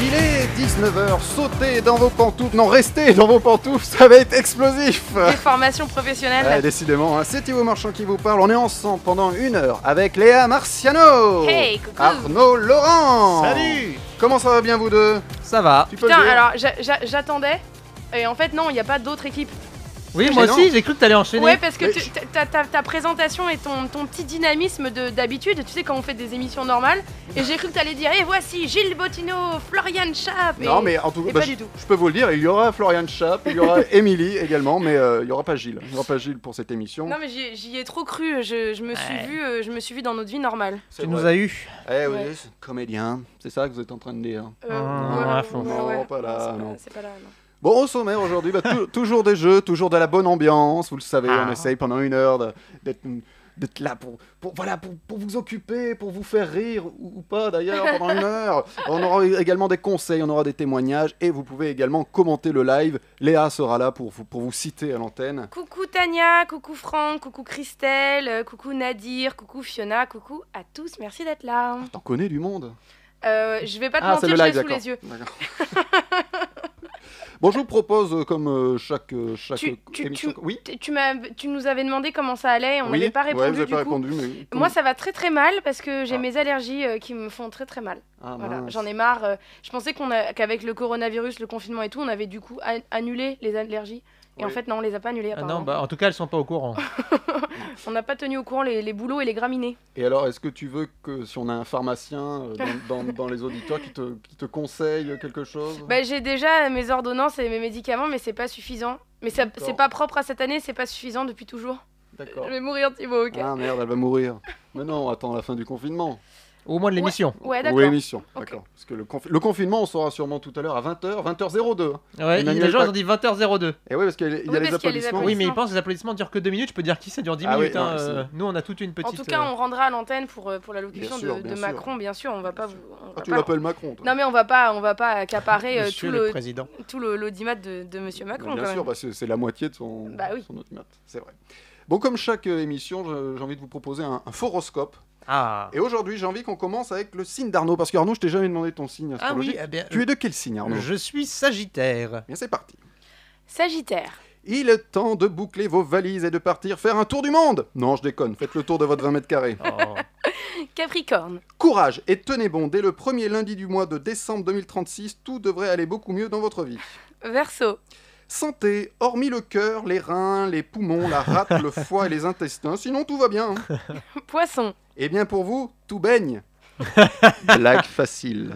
Il est 19h, sautez dans vos pantoufles, non restez dans vos pantoufles, ça va être explosif Des formations professionnelles. Ouais, Décidément, hein, c'est Thibaut Marchand qui vous parle, on est ensemble pendant une heure avec Léa Marciano Hey, coucou. Arnaud Laurent Salut Comment ça va bien vous deux Ça va. Tu peux le Putain, dire alors j'a- j'a- j'attendais. Et en fait, non, il n'y a pas d'autre équipe. Oui, Mais moi non. aussi, j'ai cru que t'allais enchaîner. Ouais, parce que Mais tu- je- ta, ta- ta présentation et ton, ton petit dynamisme de- d'habitude, tu sais, quand on fait des émissions normales, et j'ai cru que t'allais dire, et voici Gilles Bottino, Florian Schaap. et- Non mais en tout cas, et bah, pas je, du tout. je peux vous le dire, il y aura Florian Schaap, il y aura Émilie également, mais euh, il n'y aura pas Gilles. Il n'y aura pas Gilles pour cette émission. Non, mais j'y j'y ai trop cru, je, je me suis Ouais. vu, euh, je me suis vu dans notre vie normale. C'est Tu nous vrai. as eu. Eh oui, Ouais. c'est comédien, c'est ça que vous êtes en train de dire. Euh, Ah, voilà, à fond. ouais, Non, ouais. Oh, pas là, C'est non. C'est pas là, non. Bon, au sommaire aujourd'hui, bah, tou- toujours des jeux, toujours de la bonne ambiance, vous le savez, on Ah. essaye pendant une heure de- d'être d'être là pour, pour, voilà, pour, pour vous occuper, pour vous faire rire, ou, ou pas d'ailleurs, pendant une heure. On aura également des conseils, on aura des témoignages, et vous pouvez également commenter le live. Léa sera là pour vous, pour vous citer à l'antenne. Coucou Tania, coucou Franck, coucou Christelle, euh, coucou Nadir, coucou Fiona, coucou à tous, merci d'être là. T'en connais du monde Euh, je vais pas te Ah, c'est mentir, le je l'ai live, sous d'accord. les yeux. D'accord. bon, je vous propose, euh, comme euh, chaque, euh, chaque Tu- euh, tu- émission... Oui, Tu- Tu, m'as, tu nous avais demandé comment ça allait, et on oui, n'avait pas ouais, répondu vous avez du pas coup. répondu, mais... Moi, ça va très très mal parce que j'ai Ah. mes allergies euh, qui me font très très mal. Ah, Voilà, mince. j'en ai marre. euh, je pensais qu'on a- qu'avec le coronavirus, le confinement et tout, on avait du coup an- annulé les allergies. Et en Oui. fait, non, on les a pas annulées. Ah apparemment. non, bah, en tout cas, elles sont pas au courant. On n'a pas tenu au courant les, les boulots et les graminées. Et alors, est-ce que tu veux que si on a un pharmacien euh, dans, dans- dans les auditoires qui te, qui te conseille quelque chose Bah, j'ai déjà mes ordonnances et mes médicaments, mais c'est pas suffisant. Mais ça- D'accord. c'est pas propre à cette année, c'est pas suffisant depuis toujours. D'accord. Je vais mourir, Thibaut, ok Ah merde, elle va mourir. Mais non, attends la fin du confinement. Au moins de l'émission. Ouais, Ou Ah, d'accord. l'émission, Ok. d'accord. Parce que le, confi- le confinement, on saura sûrement tout à l'heure à 20h, 20h02. Ouais, Emmanuel les gens ils Pac- ont dit 20h02. Et oui, parce qu'il y a, il y a les Oui, parce qu'il y a les applaudissements. Oui, mais Applaudissements. ils pensent que les applaudissements durent que 2 minutes. Je peux dire qui ça dure 10 Ah oui, minutes. hein, non, euh, nous, on a toute une En petite. euh, tout cas, on rendra à l'antenne pour, euh, pour l'allocution euh, Bien sûr, de, bien de sûr. Macron, bien sûr. On va pas Bien vous. on Ah, va tu pas- l'appelles Macron, toi. Non, mais on va pas, on va pas accaparer euh, euh, Monsieur tout le le, président. tout le- l'audimat de, de Monsieur Bah, Macron. bien quand sûr, même. bah, c'est c'est la moitié de son, Bah oui. son autre note. C'est vrai. Bon, comme chaque euh, émission, je- j'ai envie de vous proposer un, un foroscope. Ah. Et aujourd'hui, j'ai envie qu'on commence avec le signe d'Arnaud. Parce qu'Arnaud, je t'ai jamais demandé ton signe Ah astrologique. oui, eh bien, Tu es de quel signe, Arnaud je suis Sagittaire. Bien, c'est parti. Sagittaire. Il est temps de boucler vos valises et de partir faire un tour du monde Non, je déconne, faites le tour de votre 20 mètres carrés. Oh. Capricorne. Courage et tenez bon, dès le premier lundi du mois de décembre 2036, tout devrait aller beaucoup mieux dans votre vie. Verseau. Santé, hormis le cœur, les reins, les poumons, la rate, le foie et les intestins, sinon tout va bien. hein. Poisson. Et bien pour vous, tout baigne. Blague facile.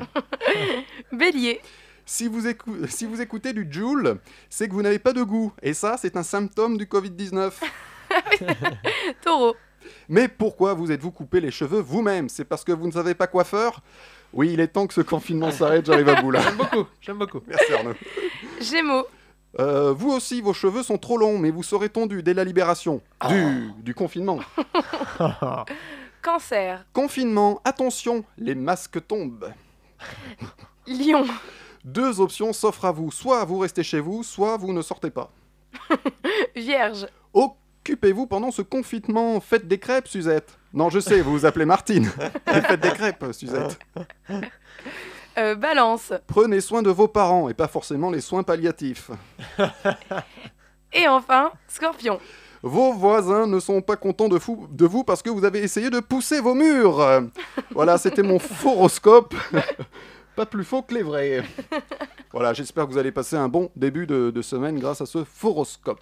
Bélier. Si vous, écou- si vous écoutez du Joule, c'est que vous n'avez pas de goût. Et ça, c'est un symptôme du Covid-19. Taureau. Mais pourquoi vous êtes-vous coupé les cheveux vous-même C'est parce que vous ne savez pas quoi faire Oui, il est temps que ce confinement s'arrête, j'arrive à bout là. J'aime beaucoup. J'aime beaucoup. Merci Arnaud. Gémeaux. Euh, vous aussi, vos cheveux sont trop longs, mais vous serez tondus dès la libération. Du, du confinement. Oh, Cancer. Confinement, attention, les masques tombent. Lion. Deux options s'offrent à vous. Soit vous restez chez vous, soit vous ne sortez pas. Vierge. Occupez-vous pendant ce confinement. Faites des crêpes, Suzette. Non, je sais, vous vous appelez Martine. Mais Faites des crêpes, Suzette. Euh, balance. Prenez soin de vos parents et pas forcément les soins palliatifs. Et enfin, Scorpion. Vos voisins ne sont pas contents de, fou- de vous parce que vous avez essayé de pousser vos murs. Euh, Voilà, c'était mon horoscope. pas plus faux que les vrais. Voilà, j'espère que vous allez passer un bon début de, de semaine grâce à ce horoscope.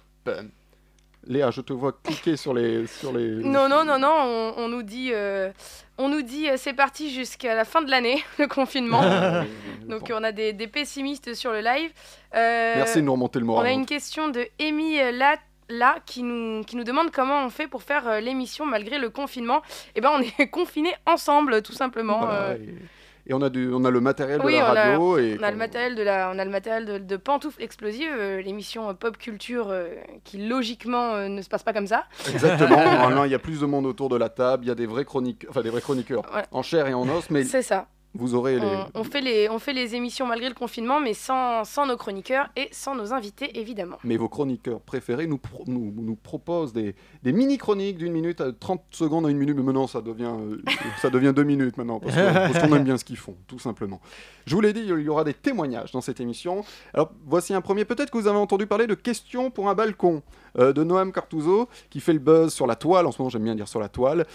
Léa, je te vois cliquer sur les... Sur les... Non, non, non, non, on, on nous dit, euh, on nous dit euh, c'est parti jusqu'à la fin de l'année, le confinement. Euh, Donc bon. on a des, des pessimistes sur le live. Euh, Merci de nous remonter le On moral. a une question de Amy euh, là, là qui, nous, qui nous demande comment on fait pour faire euh, l'émission malgré le confinement. Eh ben on est confinés ensemble tout simplement. Voilà, euh, et, et on a, du, on a le matériel oui, de la on a- radio. et on a le matériel de la, on a le matériel de, de pantoufles explosives, euh, l'émission euh, pop culture euh, qui logiquement euh, ne se passe pas comme ça. Exactement. Normalement, il y a plus de monde autour de la table. Il y a des vrais, chronique... enfin, des vrais chroniqueurs Voilà. en chair et en os. Mais C'est ça. Vous aurez les. On, on fait les, on fait les émissions malgré le confinement, mais sans, sans nos chroniqueurs et sans nos invités, évidemment. Mais vos chroniqueurs préférés nous, pro- nous, nous proposent des, des mini-chroniques d'une minute à 30 secondes à une minute. Mais maintenant, ça devient, euh, ça devient deux minutes maintenant, parce que- parce qu'on aime bien ce qu'ils font, tout simplement. Je vous l'ai dit, il y aura des témoignages dans cette émission. Alors, voici un premier. Peut-être que vous avez entendu parler de Questions pour un balcon euh, de Noam Cartuzo, qui fait le buzz sur la toile. En ce moment, j'aime bien dire sur la toile.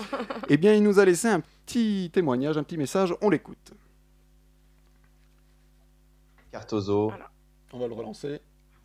Eh bien, il nous a laissé un petit témoignage, un petit message. On l'écoute. Cartozo. On va le relancer.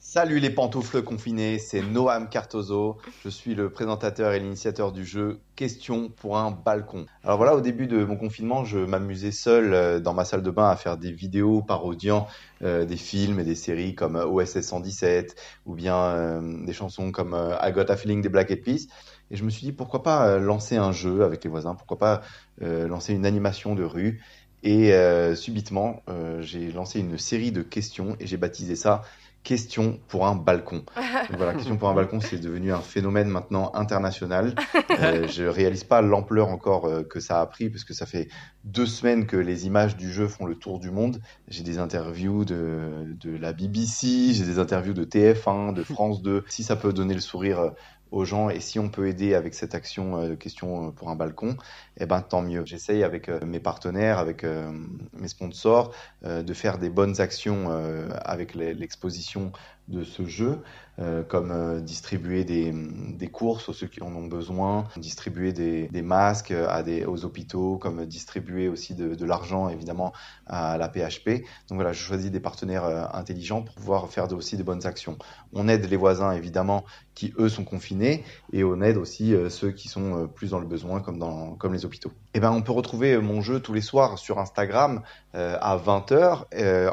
Salut les pantoufles confinés, c'est Noam Cartozo. Je suis le présentateur et l'initiateur du jeu Question pour un balcon. Alors voilà, au début de mon confinement, je m'amusais seul euh, dans ma salle de bain à faire des vidéos parodiant euh, des films et des séries comme euh, OSS 117 ou bien euh, des chansons comme euh, I Got a Feeling des Black Eyed Peas. Et je me suis dit pourquoi pas euh, lancer un jeu avec les voisins, pourquoi pas euh, lancer une animation de rue. Et euh, subitement, euh, j'ai lancé une série de questions et j'ai baptisé ça Question pour un balcon. Donc voilà, question pour un balcon, c'est devenu un phénomène maintenant international. Euh, je réalise pas l'ampleur encore euh, que ça a pris, parce que ça fait deux semaines que les images du jeu font le tour du monde. J'ai des interviews de, de la BBC, j'ai des interviews de TF1, de France 2. Si ça peut donner le sourire euh, aux gens et si on peut aider avec cette action euh, question pour un balcon, eh ben tant mieux. J'essaye avec euh, mes partenaires, avec euh, mes sponsors, euh, de faire des bonnes actions euh, avec les- l'exposition de ce jeu, euh, comme euh, distribuer des, des courses aux ceux qui en ont besoin, distribuer des, des masques euh, à des, aux hôpitaux, comme distribuer aussi de, de l'argent évidemment à la PHP. Donc voilà, je choisis des partenaires euh, intelligents pour pouvoir faire de- aussi des bonnes actions. On aide les voisins évidemment qui eux sont confinés et on aide aussi euh, ceux qui sont euh, plus dans le besoin comme, dans, comme les hôpitaux. Et ben on peut retrouver euh, mon jeu tous les soirs sur Instagram euh, à 20h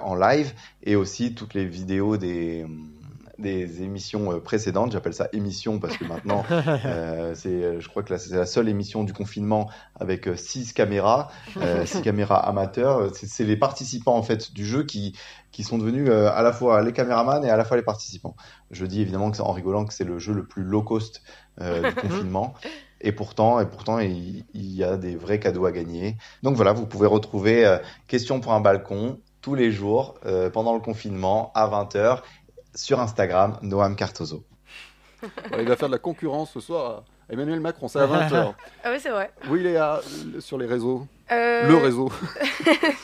en live et aussi toutes les vidéos des, des émissions euh, précédentes. J'appelle ça émission parce que maintenant, Oh, euh, c'est, euh, je crois que là, c'est la seule émission du confinement avec 6 caméras, 6 caméras amateurs. C'est, c'est les participants en fait du jeu qui, qui sont devenus euh, à la fois les caméramans et à la fois les participants. Je dis évidemment que c'est en rigolant que c'est le jeu le plus low cost euh, du confinement. Et pourtant, et pourtant, il, il y a des vrais cadeaux à gagner. Donc voilà, vous pouvez retrouver euh, Question pour un balcon tous les jours euh, pendant le confinement à 20h sur Instagram, Noam Cartozo. Voilà, il va faire de la concurrence ce soir à Emmanuel Macron. C'est à 20h. Ah oui, c'est vrai. Oui, Léa, l- sur les réseaux. Euh, Le réseau.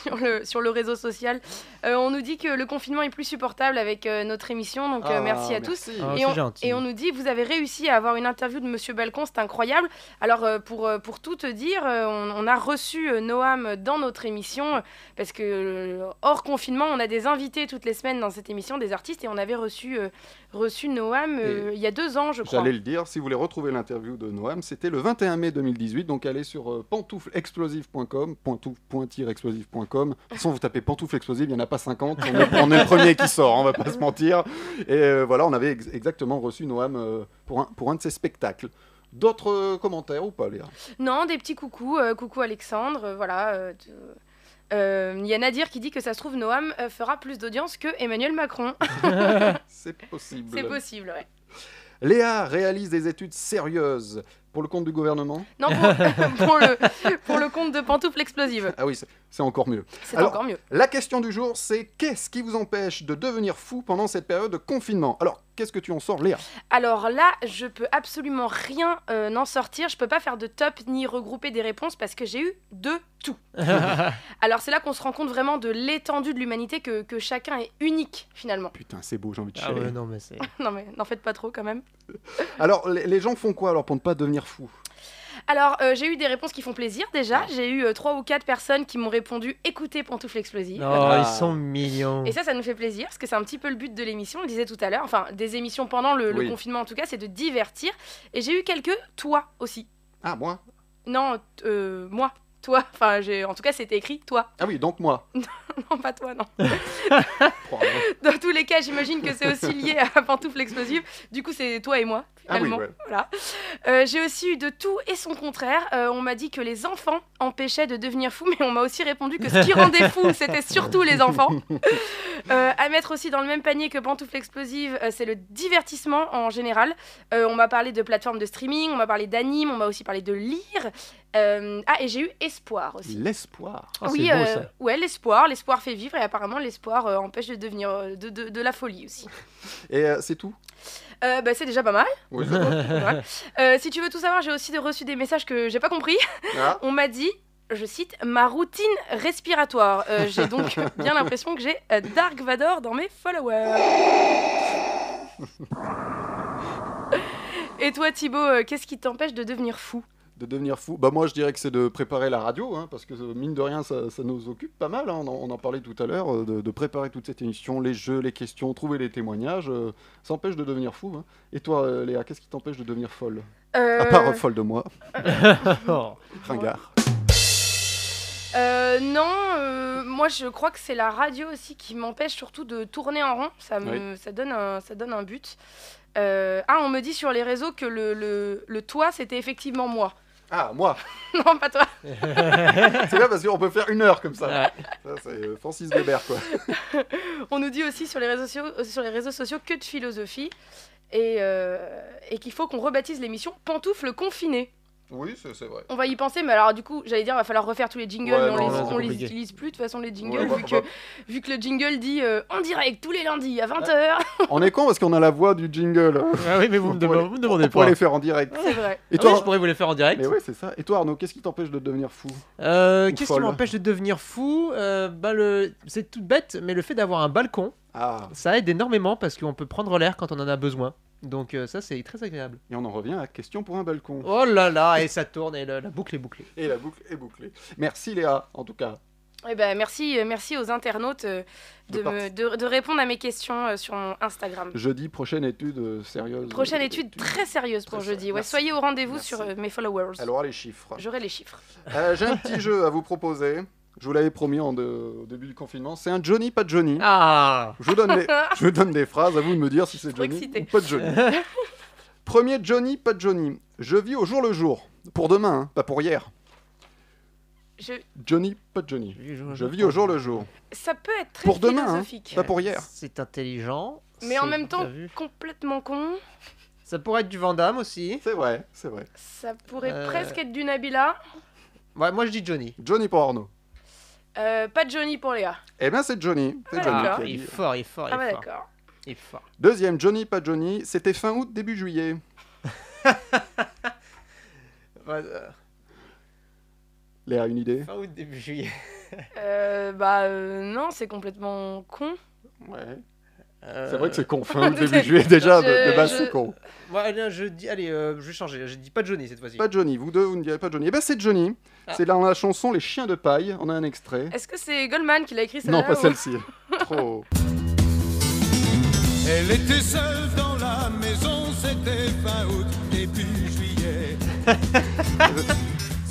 sur, le, sur le réseau social. Euh, on nous dit que le confinement est plus supportable avec euh, notre émission, donc euh, merci à tous. tous. Ah, Et c'est on- gentil. Et on nous dit, vous avez réussi à avoir une interview de Monsieur Balcon, c'est incroyable. Alors, euh, pour, euh, pour tout te dire, euh, on, on a reçu euh, Noam dans notre émission, euh, parce que euh, hors confinement, on a des invités toutes les semaines dans cette émission, des artistes, et on avait reçu, euh, reçu Noam euh, il y a deux ans, je crois. J'allais le dire, si vous voulez retrouver l'interview de Noam, c'était le 21 mai 2018, donc allez sur euh, pantouflexplosive.com, pantoufle-explosive.com. De toute façon, vous tapez pantoufle explosive, il n'y en a pas 50, on est, on est le premier qui sort, on va pas se mentir. Et euh, voilà, on avait ex- exactement reçu Noam euh, pour, un, pour un de ses spectacles. D'autres euh, commentaires ou pas, Léa Non, des petits coucou, euh, coucou Alexandre, euh, voilà. euh, t- euh, Il y a Nadir qui dit que ça se trouve, Noam euh, fera plus d'audience que Emmanuel Macron. C'est possible. c'est possible, ouais. Léa réalise des études sérieuses pour le compte du gouvernement Non, pour, pour le, pour le compte de pantoufles explosives. Ah oui, c'est- c'est encore mieux. C'est Alors- encore mieux. La question du jour, c'est qu'est-ce qui vous empêche de devenir fou pendant cette période de confinement Alors, qu'est-ce que tu en sors, Léa Alors là, je peux absolument rien euh, n'en sortir. Je peux pas faire de top ni regrouper des réponses parce que j'ai eu de tout. Ah Alors c'est là qu'on se rend compte vraiment de l'étendue de l'humanité que, que chacun est unique finalement. Putain, c'est beau, j'ai envie de ah chialer. ouais, non, mais c'est. Non mais n'en faites pas trop quand même. Alors, les, les gens font quoi alors pour ne pas devenir fou Alors euh, j'ai eu des réponses qui font plaisir déjà. J'ai eu euh, trois ou quatre personnes qui m'ont répondu écoutez Pantoufle Explosive. Non, Ah. ils sont mignons. Et ça, ça nous fait plaisir, parce que c'est un petit peu le but de l'émission, on le disait tout à l'heure, enfin des émissions pendant le, le Oui. confinement en tout cas, c'est de divertir. Et j'ai eu quelques toi aussi. Ah, moi Non, t- euh, moi, toi, enfin j'ai- en tout cas c'était écrit toi. Ah oui, donc moi. Non, pas toi, non. Oh, ouais. Dans tous les cas, j'imagine que c'est aussi lié à Pantoufle Explosive. Du coup, c'est toi et moi, ah oui, finalement. ouais. Euh, J'ai aussi eu de tout et son contraire. Euh, on m'a dit que les enfants empêchaient de devenir fou, mais on m'a aussi répondu que ce qui rendait fou, c'était surtout les enfants. Euh, à mettre aussi dans le même panier que Pantoufle Explosive, euh, c'est le divertissement en général. Euh, on m'a parlé de plateformes de streaming, on m'a parlé d'animes, on m'a aussi parlé de lire. Euh, ah, et j'ai eu espoir aussi. L'espoir. Ah, oui, c'est beau, euh, ça. ouais, l'espoir, l'espoir fait vivre et apparemment l'espoir euh, empêche de devenir euh, de, de- de la folie aussi. Et euh, c'est tout Euh, bah, c'est déjà pas mal. Oui. Ouais. Euh, si tu veux tout savoir, j'ai aussi reçu des messages que j'ai pas compris. Ah, On m'a dit, je cite, ma routine respiratoire. Euh, j'ai donc bien l'impression que j'ai euh, Dark Vador dans mes followers. Et toi Thibaut, euh, qu'est-ce qui t'empêche de devenir fou de devenir fou. Bah moi je dirais que c'est de préparer la radio, hein, parce que euh, mine de rien ça, ça nous occupe pas mal. hein. On, en, on en parlait tout à l'heure, euh, de, de préparer toute cette émission, les jeux, les questions, trouver les témoignages, euh, ça empêche de devenir fou. hein. Et toi euh, Léa, qu'est-ce qui t'empêche de devenir folle Euh, À part euh, folle de moi, Oh. ringard. euh, non, euh, moi je crois que c'est la radio aussi qui m'empêche surtout de tourner en rond. Ça me, ça donne un, ça donne un but. Euh, ah, on me dit sur les réseaux que le, le, le toi c'était effectivement moi. Ah moi non, pas toi. C'est bien parce qu'on peut faire une heure comme ça. Ouais. Ça, c'est euh, Francis Weber quoi. On nous dit aussi sur les réseaux sociaux, euh, sur les réseaux sociaux que de philosophie et, euh, et qu'il faut qu'on rebaptise l'émission Pantoufles confinées. Oui, c'est c'est vrai. On va y penser, mais alors du coup, j'allais dire, va falloir refaire tous les jingles, Ouais, mais non, on les, non, on c'est les compliqué. utilise plus de toute façon les jingles, Ouais, on va- vu, on que, vu que le jingle dit euh, en direct tous les lundis à 20h. On est con parce qu'on a la voix du jingle. Ah oui, mais vous me, demandez- vous me demandez On pourrait pas. les faire en direct. C'est vrai. Et Ah toi oui, je pourrais vous les faire en direct. Mais ouais, c'est ça. Et toi Arnaud, qu'est-ce qui t'empêche de devenir fou Euh, Ou Qu'est-ce qui folle. m'empêche de devenir fou Euh, bah, le... C'est tout bête, mais le fait d'avoir un balcon, Ah, ça aide énormément parce qu'on peut prendre l'air quand on en a besoin. Donc euh, ça, c'est très agréable. et on en revient à question pour un balcon. Oh là là, et ça tourne, et la, la boucle est bouclée. Et la boucle est bouclée. Merci Léa, en tout cas. Eh ben, merci, euh, merci aux internautes euh, De de, me- de- de répondre à mes questions euh, sur mon Instagram. Jeudi, prochaine étude euh, sérieuse. Prochaine Euh, étude très sérieuse pour Très jeudi. sérieuse. Ouais, Merci. soyez au rendez-vous sur Merci. euh, mes followers. Elle aura les chiffres. J'aurai les chiffres. Euh, J'ai un petit jeu à vous proposer. Je vous l'avais promis en de- au début du confinement. C'est un Johnny, pas Johnny. Ah Je, vous donne les- je vous donne des phrases, à vous de me dire si c'est Trop Johnny excitée. ou pas Johnny. Premier Johnny, pas Johnny. Je vis au jour le jour. Pour demain, hein, pas pour hier. Je... Johnny, pas Johnny. Je vis au jour le jour. Ça peut être très Pour demain, hein. philosophique. Pas pour hier. C'est intelligent. Mais en c'est même temps, bien vu. complètement con. Ça pourrait être du Vandame aussi. C'est vrai, c'est vrai. Ça pourrait Euh. presque être du Nabila. Ouais, moi je dis Johnny. Johnny pour Arnaud. Euh, pas de Johnny pour Léa. Eh bien, c'est Johnny. C'est Ah, Johnny Ah, qui a il dit. est fort, il est fort, il Ah, bah est fort. d'accord. Il est fort. Deuxième Johnny, pas Johnny. C'était fin août, début juillet. Ouais, euh, Léa, une idée fin août, début juillet. Euh, bah euh, non, c'est complètement con. Ouais. Euh, C'est vrai que c'est con, fin août, début juillet déjà, de, de Je- base je- c'est con. Moi, là, je dis, allez, euh, je vais changer. Je dis pas Johnny cette fois-ci. Pas Johnny, vous deux vous ne direz pas Johnny. Eh ben c'est Johnny, Ah. c'est dans la chanson Les chiens de paille, on a un extrait. Est-ce que c'est Goldman qui l'a écrit celle-là Non, pas ou- celle-ci. Trop. Elle était seule dans la maison, c'était fin août, début juillet.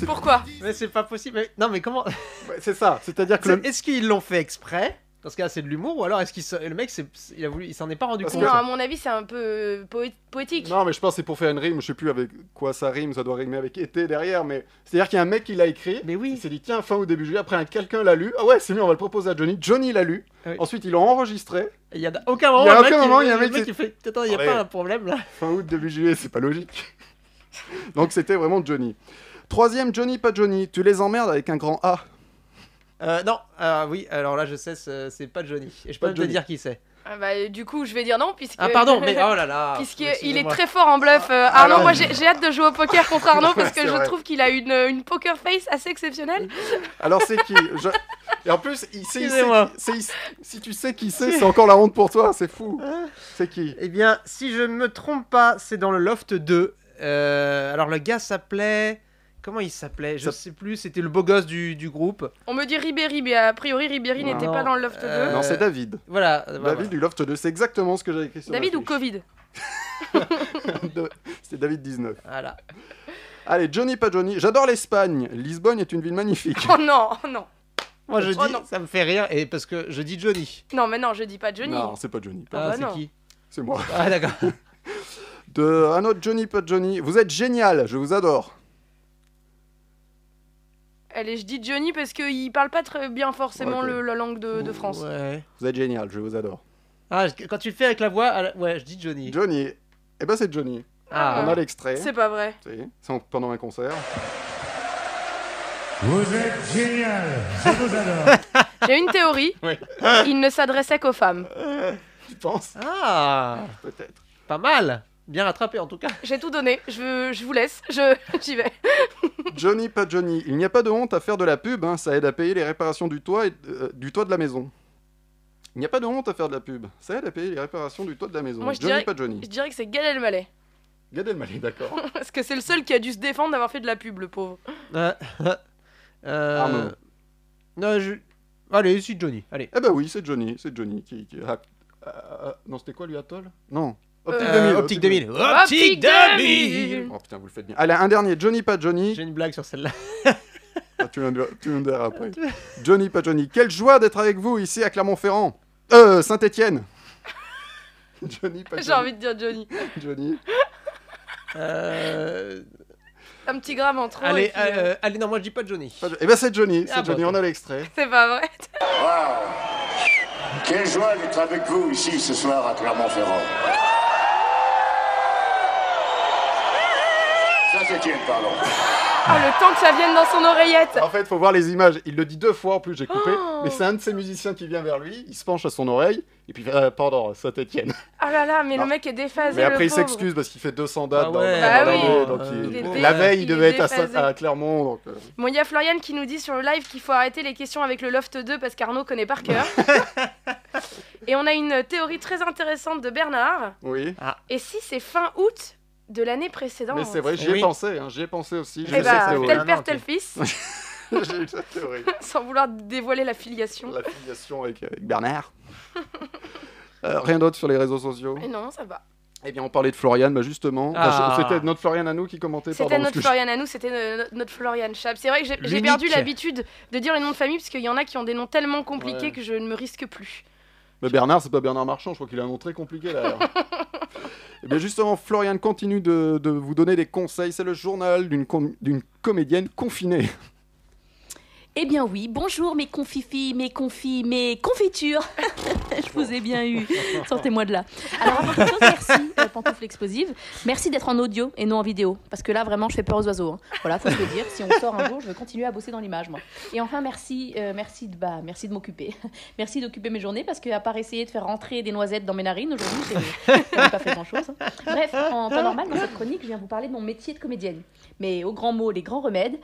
Pourquoi Mais c'est pas possible. mais- Non, mais comment Ouais, c'est ça, c'est-à-dire que le- C'est- Est-ce qu'ils l'ont fait exprès Dans ce cas, c'est de l'humour, ou alors est-ce qu'il se- le mec, c'est- il a voulu, il s'en est pas rendu Parce compte. Non, à mon avis, c'est un peu euh, poé- poétique. Non, mais je pense que c'est pour faire une rime, je sais plus avec quoi ça rime, ça doit rimer avec été derrière, mais c'est-à-dire qu'il y a un mec qui l'a écrit. Mais Il oui. s'est dit, tiens, fin août, début juillet, après un- quelqu'un l'a lu. Ah ouais, c'est mieux, on va le proposer à Johnny. Johnny l'a lu. Ah oui. Ensuite, ils l'ont enregistré. Il y a aucun moment. Il y a le aucun mec, moment, il y a un le mec mec qui- qui fait. Attends, il y a Allez. pas un problème là. Fin août, début juillet, c'est pas logique. Donc c'était vraiment Johnny. Troisième, Johnny, pas Johnny. Tu les emmerdes avec un grand A. Euh, non, ah oui. Alors là, je sais, c'est c'est pas Johnny. Et je Pas peux même te Johnny. dire qui c'est. Ah, bah, euh, du coup, je vais dire non, puisque. Ah pardon, mais oh là là. Puisqu'il Euh, est excusez-moi. très fort en bluff. Euh, Ah, Arnaud, ouais. moi j'ai j'ai hâte de jouer au poker contre Arnaud parce que C'est je vrai. trouve qu'il a une, euh, une poker face assez exceptionnelle. Mm-hmm. Alors c'est qui Je- Et en plus, il sait, il sait Excusez-moi. qui- c'est- il- si tu sais qui c'est, c'est encore la honte pour toi, c'est fou. C'est qui Eh bien, si je ne me trompe pas, c'est dans le Loft 2. Euh, alors le gars s'appelait. Comment il s'appelait Ça- Je sais plus. C'était le beau gosse du, du groupe. On me dit Ribéry, mais a priori Ribéry Non. n'était pas dans le Loft 2. Euh, bah, Non, c'est David. Voilà. David du Loft 2, c'est exactement ce que j'avais écrit sur ma David ou fiche. Covid De- C'était David 19. Voilà. Allez, Johnny pas Johnny. J'adore l'Espagne. Lisbonne est une ville magnifique. Oh non, oh non. Moi je dis, Oh non. ça me fait rire et parce que je dis Johnny. Non, mais non, je dis pas Johnny. Non, c'est pas Johnny. Ah, bah c'est non. qui C'est moi. Ah d'accord. De un autre Johnny pas Johnny. Vous êtes génial, je vous adore. Allez, je dis Johnny parce qu'il parle pas très bien forcément Ouais, ok. le- la langue Euh, de, de France. Ouais. Vous êtes génial, je vous adore. Ah, je- quand tu le fais avec la voix, à la- ouais, je dis Johnny. Johnny. Eh ben c'est Johnny. ah, On a l'extrait. C'est pas vrai. Si, C'est en- pendant un concert. Vous êtes génial, je vous adore. J'ai une théorie. Oui. Il ne s'adressait qu'aux femmes. Tu penses Ah, Peut-être. pas mal. Bien rattrapé en tout cas. J'ai tout donné. Je, je vous laisse. Je, j'y vais. Johnny, pas Johnny. Il n'y a pas de honte à faire de la pub, hein, ça aide à payer les réparations du toit, et, euh, du toit de la maison. Il n'y a pas de honte à faire de la pub, ça aide à payer les réparations du toit de la maison. Moi, je Johnny, dirais- pas Johnny. Je dirais que c'est Gad Elmaleh. Gad Elmaleh, d'accord. Parce que c'est le seul qui a dû se défendre d'avoir fait de la pub, le pauvre. Euh, euh, Arnaud. non, je... Allez, ici Johnny. Allez. eh ben oui, c'est Johnny, c'est Johnny qui... qui- ah, ah, ah, non, c'était quoi lui, Atoll Non. Euh, Euh, optique 2000. Optique 2000. Oh putain, vous le faites bien. Allez, un dernier. Johnny, pas Johnny. J'ai une blague sur celle-là. Ah, tu l'en- tu l'en diras après. Johnny, pas Johnny. Quelle joie d'être avec vous ici à Clermont-Ferrand. Euh, Saint-Étienne. Johnny, pas J'ai Johnny. envie de dire Johnny. Johnny. Euh, Un petit gramme en trop. et allez, puis, euh, euh, allez, non, moi je dis pas Johnny. Pas Jo- Eh ben c'est Johnny. C'est Ah, Johnny, bon, on a l'extrait. C'est pas vrai. Quelle joie d'être avec vous ici ce soir à Clermont-Ferrand. Saint-Étienne, pardon. Ah, le temps que ça vienne dans son oreillette. En fait, faut voir les images. Il le dit deux fois en plus, j'ai coupé. Oh. Mais c'est un de ces musiciens qui vient vers lui. Il se penche à son oreille. Et puis, euh, pardon, Saint-Étienne. Ah là là, mais Ah. le mec est déphasé. Mais le après, il pauvre. s'excuse parce qu'il fait 200 dates Ah dans- ouais, dans bah l'année, oui. donc Euh, il- il est La dé- veille, il il devait est être à, Saint- déphasé. à Clermont. donc, euh, Bon, il y a Florian qui nous dit sur le live qu'il faut arrêter les questions avec le Loft 2 parce qu'Arnaud connaît par cœur. Et on a une théorie très intéressante de Bernard. Oui. Et si c'est fin août de l'année précédente Mais c'est vrai, j'y ai Oui. pensé, hein, j'y ai pensé aussi. J'ai Eh eu cette bah, c'est théorie. tel vrai. père, tel fils, J'ai eu cette théorie. sans vouloir dévoiler la filiation. La filiation avec, avec Bernard. Euh, rien d'autre sur les réseaux sociaux. Et non, ça va. Eh bien, on parlait de Florian, bah justement. Ah. Enfin, je- C'était notre Florian à nous qui commentait. C'était pardon, parce notre que je- Florian à nous, c'était euh, no- notre Florian Chab. C'est vrai que j'ai- j'ai L'unique. perdu l'habitude de dire les noms de famille parce qu'il y en a qui ont des noms tellement compliqués Ouais. que je ne me risque plus. Mais Bernard, c'est pas Bernard Marchand, je crois qu'il a un nom très compliqué là. Eh bien, justement, Florian continue de, de vous donner des conseils. C'est le journal d'une com- d'une comédienne confinée. Eh bien oui, bonjour mes confifis, mes confis, mes confitures. Je vous ai bien eu. Sortez-moi de là. Alors avant toute chose, merci euh, Pantoufle Explosive. Merci d'être en audio et non en vidéo. Parce que là, vraiment, je fais peur aux oiseaux. hein. Voilà, faut se le dire. Si on sort un jour, je veux continuer à bosser dans l'image, moi. Et enfin, merci, euh, merci de, bah, merci de m'occuper. Merci d'occuper mes journées parce que à part essayer de faire rentrer des noisettes dans mes narines, aujourd'hui, j'ai j'ai pas fait grand-chose. hein. Bref, en temps normal, dans cette chronique, je viens vous parler de mon métier de comédienne. Mais aux grands mots, les grands remèdes,